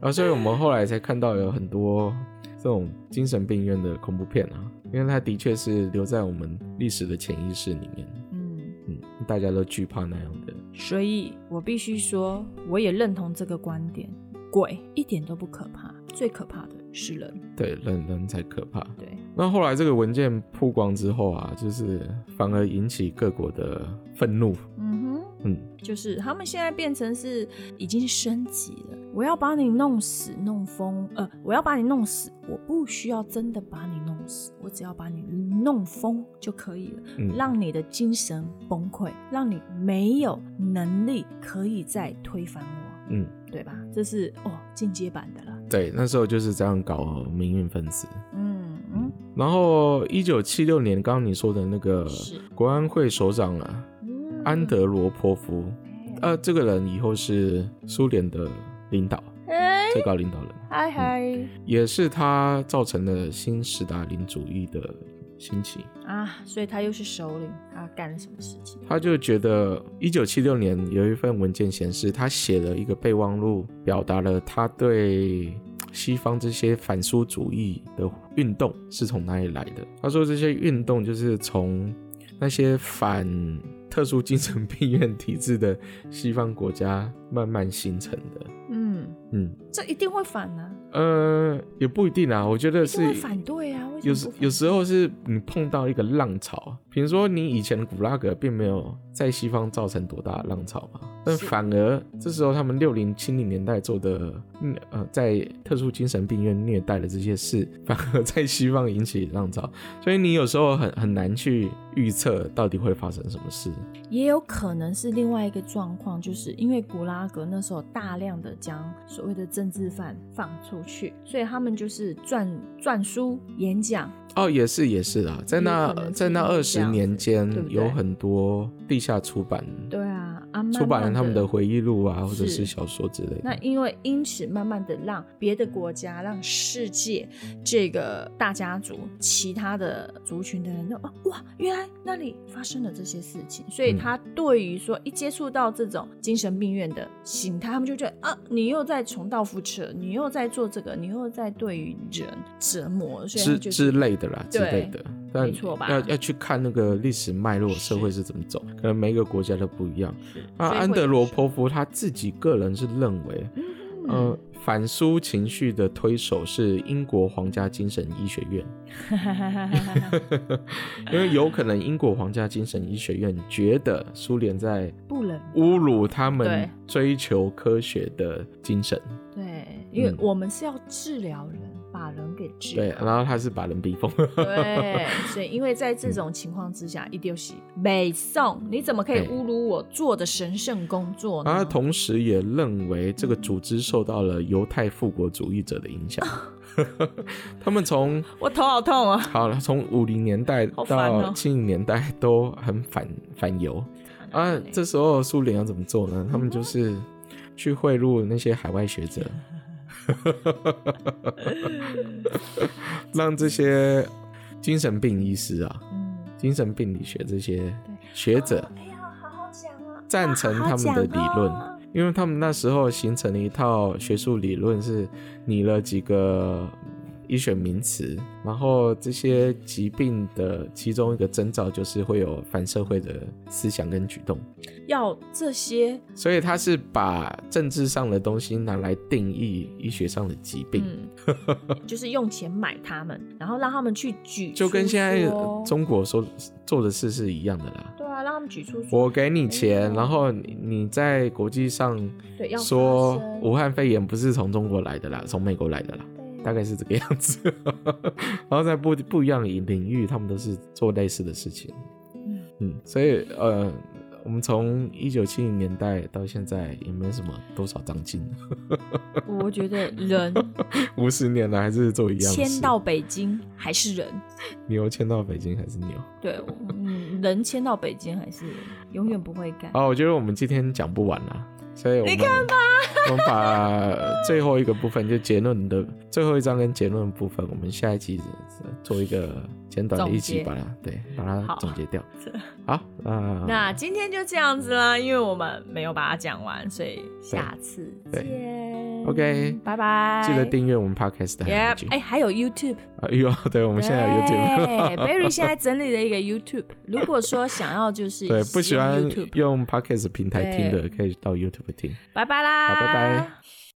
B: 然后，所以我们后来才看到有很多这种精神病院的恐怖片啊，因为它的确是留在我们历史的潜意识里面，
A: 嗯。
B: 嗯，大家都惧怕那样的。
A: 所以我必须说，我也认同这个观点。鬼一点都不可怕，最可怕的是人。
B: 对，人人才可怕。
A: 对，
B: 那后来这个文件曝光之后啊，就是反而引起各国的愤怒。
A: 嗯哼，
B: 嗯，
A: 就是他们现在变成是已经升级了，我要把你弄死、弄疯，呃，我要把你弄死，我不需要真的把你弄死，我只要把你弄疯就可以了，
B: 嗯
A: 让你的精神崩溃，让你没有能力可以再推翻我，
B: 嗯，
A: 对吧？这是哦进阶版的了，
B: 对，那时候就是这样搞民运分子。
A: 嗯嗯
B: 然后，一九七六年，刚刚你说的那个
A: 是
B: 国安会首长啊，
A: 嗯
B: 安，德罗波夫，呃，这个人以后是苏联的领导，
A: 哎、
B: 最高领导人，
A: 嗨嗨
B: 也是他造成了新斯大林主义的兴起。
A: 啊，所以他又是首领，他干了什么事情？
B: 他就觉得，一九七六年有一份文件显示，他写了一个备忘录，表达了他对西方这些反苏主义的运动是从哪里来的。他说，这些运动就是从那些反特殊精神病院体制的西方国家慢慢形成的。
A: 嗯，
B: 嗯，
A: 这一定会反啊，
B: 呃，也不一定啊，我觉得
A: 一定
B: 是
A: 会反对啊，为什么
B: 有时
A: 不反
B: 有时候是你碰到一个浪潮，比如说你以前的古拉格并没有在西方造成多大的浪潮嘛，但
A: 是
B: 反而这时候他们六零七零年代做的，嗯呃，在特殊精神病院虐待的这些事，反而在西方引起浪潮，所以你有时候很很难去预测到底会发生什么事。
A: 也有可能是另外一个状况，就是因为古拉格那时候大量的将所谓的政治犯放出去，所以他们就是撰撰书、演讲，
B: 哦，也是也是啦，在
A: 有可能
B: 那
A: 是
B: 在那
A: 因为
B: 二
A: 这
B: 十
A: 样子
B: 年间
A: 对不，对
B: 有很多地下出版
A: 对啊，啊，慢
B: 出版人
A: 慢
B: 他们的回忆录啊，或者
A: 是
B: 是小说之类的。
A: 那因为因此慢慢的让别的国家、让世界这个大家族、其他的族群的人都啊哇，原来那里发生了这些事情，所以
B: 嗯
A: 他对于说一接触到这种精神病院的形态，他们就觉得啊，你又在重蹈覆辙，你又在做这个，你又在对于人折磨，所以他
B: 之
A: 就
B: 之类的啦，之
A: 对
B: 类的。但
A: 没错吧
B: 要要去看那个历史脉络，社会是怎么走，可能每个国家都不一样。那啊安德罗波夫他自己个人是认为，
A: 嗯
B: 呃，反苏情绪的推手是英国皇家精神医学 院， 因为有可能英国皇家精神医学院觉得苏联在
A: 不冷
B: 侮辱他们
A: 对
B: 追求科学的精神，
A: 对，因为
B: 嗯
A: 我们是要治疗人，把人给治
B: 对，
A: 好
B: 然后他是把人逼疯。
A: 啊 对，所以因为在这种情况之下，一丢是北宋，你怎么可以
B: 哎
A: 侮辱我做的神圣工作呢？
B: 他啊同时也认为这个组织受到了犹太复国主义者的影 响。他们从
A: 我头好痛啊！
B: 好了，从五零年代
A: 好烦哦
B: 到七零年代都很反反犹啊。这时候苏联要怎么做呢？他们就是去贿赂那些海外学 者，让这些精神病医师啊、
A: 嗯，
B: 精神病理学这些
A: 对
B: 学者，
A: 哎呀，好好讲啊，
B: 赞成他们的理论，
A: 好好讲哦
B: 因为他们那时候形成了一套学术理论，是拟了几个医学名词，然后这些疾病的其中一个征兆就是会有反社会的思想跟举动，
A: 要这些，
B: 所以他是把政治上的东西拿来定义医学上的疾病。
A: 嗯， 就是用钱买他们，然后让他们去举出说，
B: 就跟现在中国所做的事是一样的啦，
A: 对啊，让他们举出说
B: 嗯我给你钱，
A: 哎
B: 然后你你在国际上
A: 对要
B: 说
A: 发生
B: 武汉肺炎不是从中国来的啦，从美国来的啦，大概是这个样子。 然后在不不一样的领域，他们都是做类似的事情。
A: 嗯
B: 嗯，所以呃，我们从一九七零年代到现在也没什么多少长进，
A: 我觉得人
B: 五十年来还是做一样的
A: 迁
B: 事。
A: 到北京还是人，
B: 牛迁到北京还是牛。
A: 对，我嗯，人迁到北京还是人，永远不会改。
B: 好，啊我觉得我们今天讲不完啦，所以我们吧，我们把最后一个部分，就结论的最后一章跟结论部分，我们下一期呃做一个简短的一
A: 总结
B: 集，把它对，把它
A: 好
B: 总结掉
A: 是。
B: 好，那
A: 那今天就这样子啦，因为我们没有把它讲完，所以下次
B: 对
A: 见。
B: OK
A: 拜拜，
B: 记得。订阅我们 Podcast 的
A: Yep，哎、
B: IG。
A: 还有 YouTube，
B: 哎呦，对，我
A: 我
B: 们现在有 YouTube。
A: Berry 现在整理了一个 YouTube，如果说想要就是
B: 对，不喜
A: 使
B: 欢
A: 用 YouTube，
B: 用 Podcast 平台听的，可以到 YouTube 听。
A: 拜拜啦，
B: 好拜拜。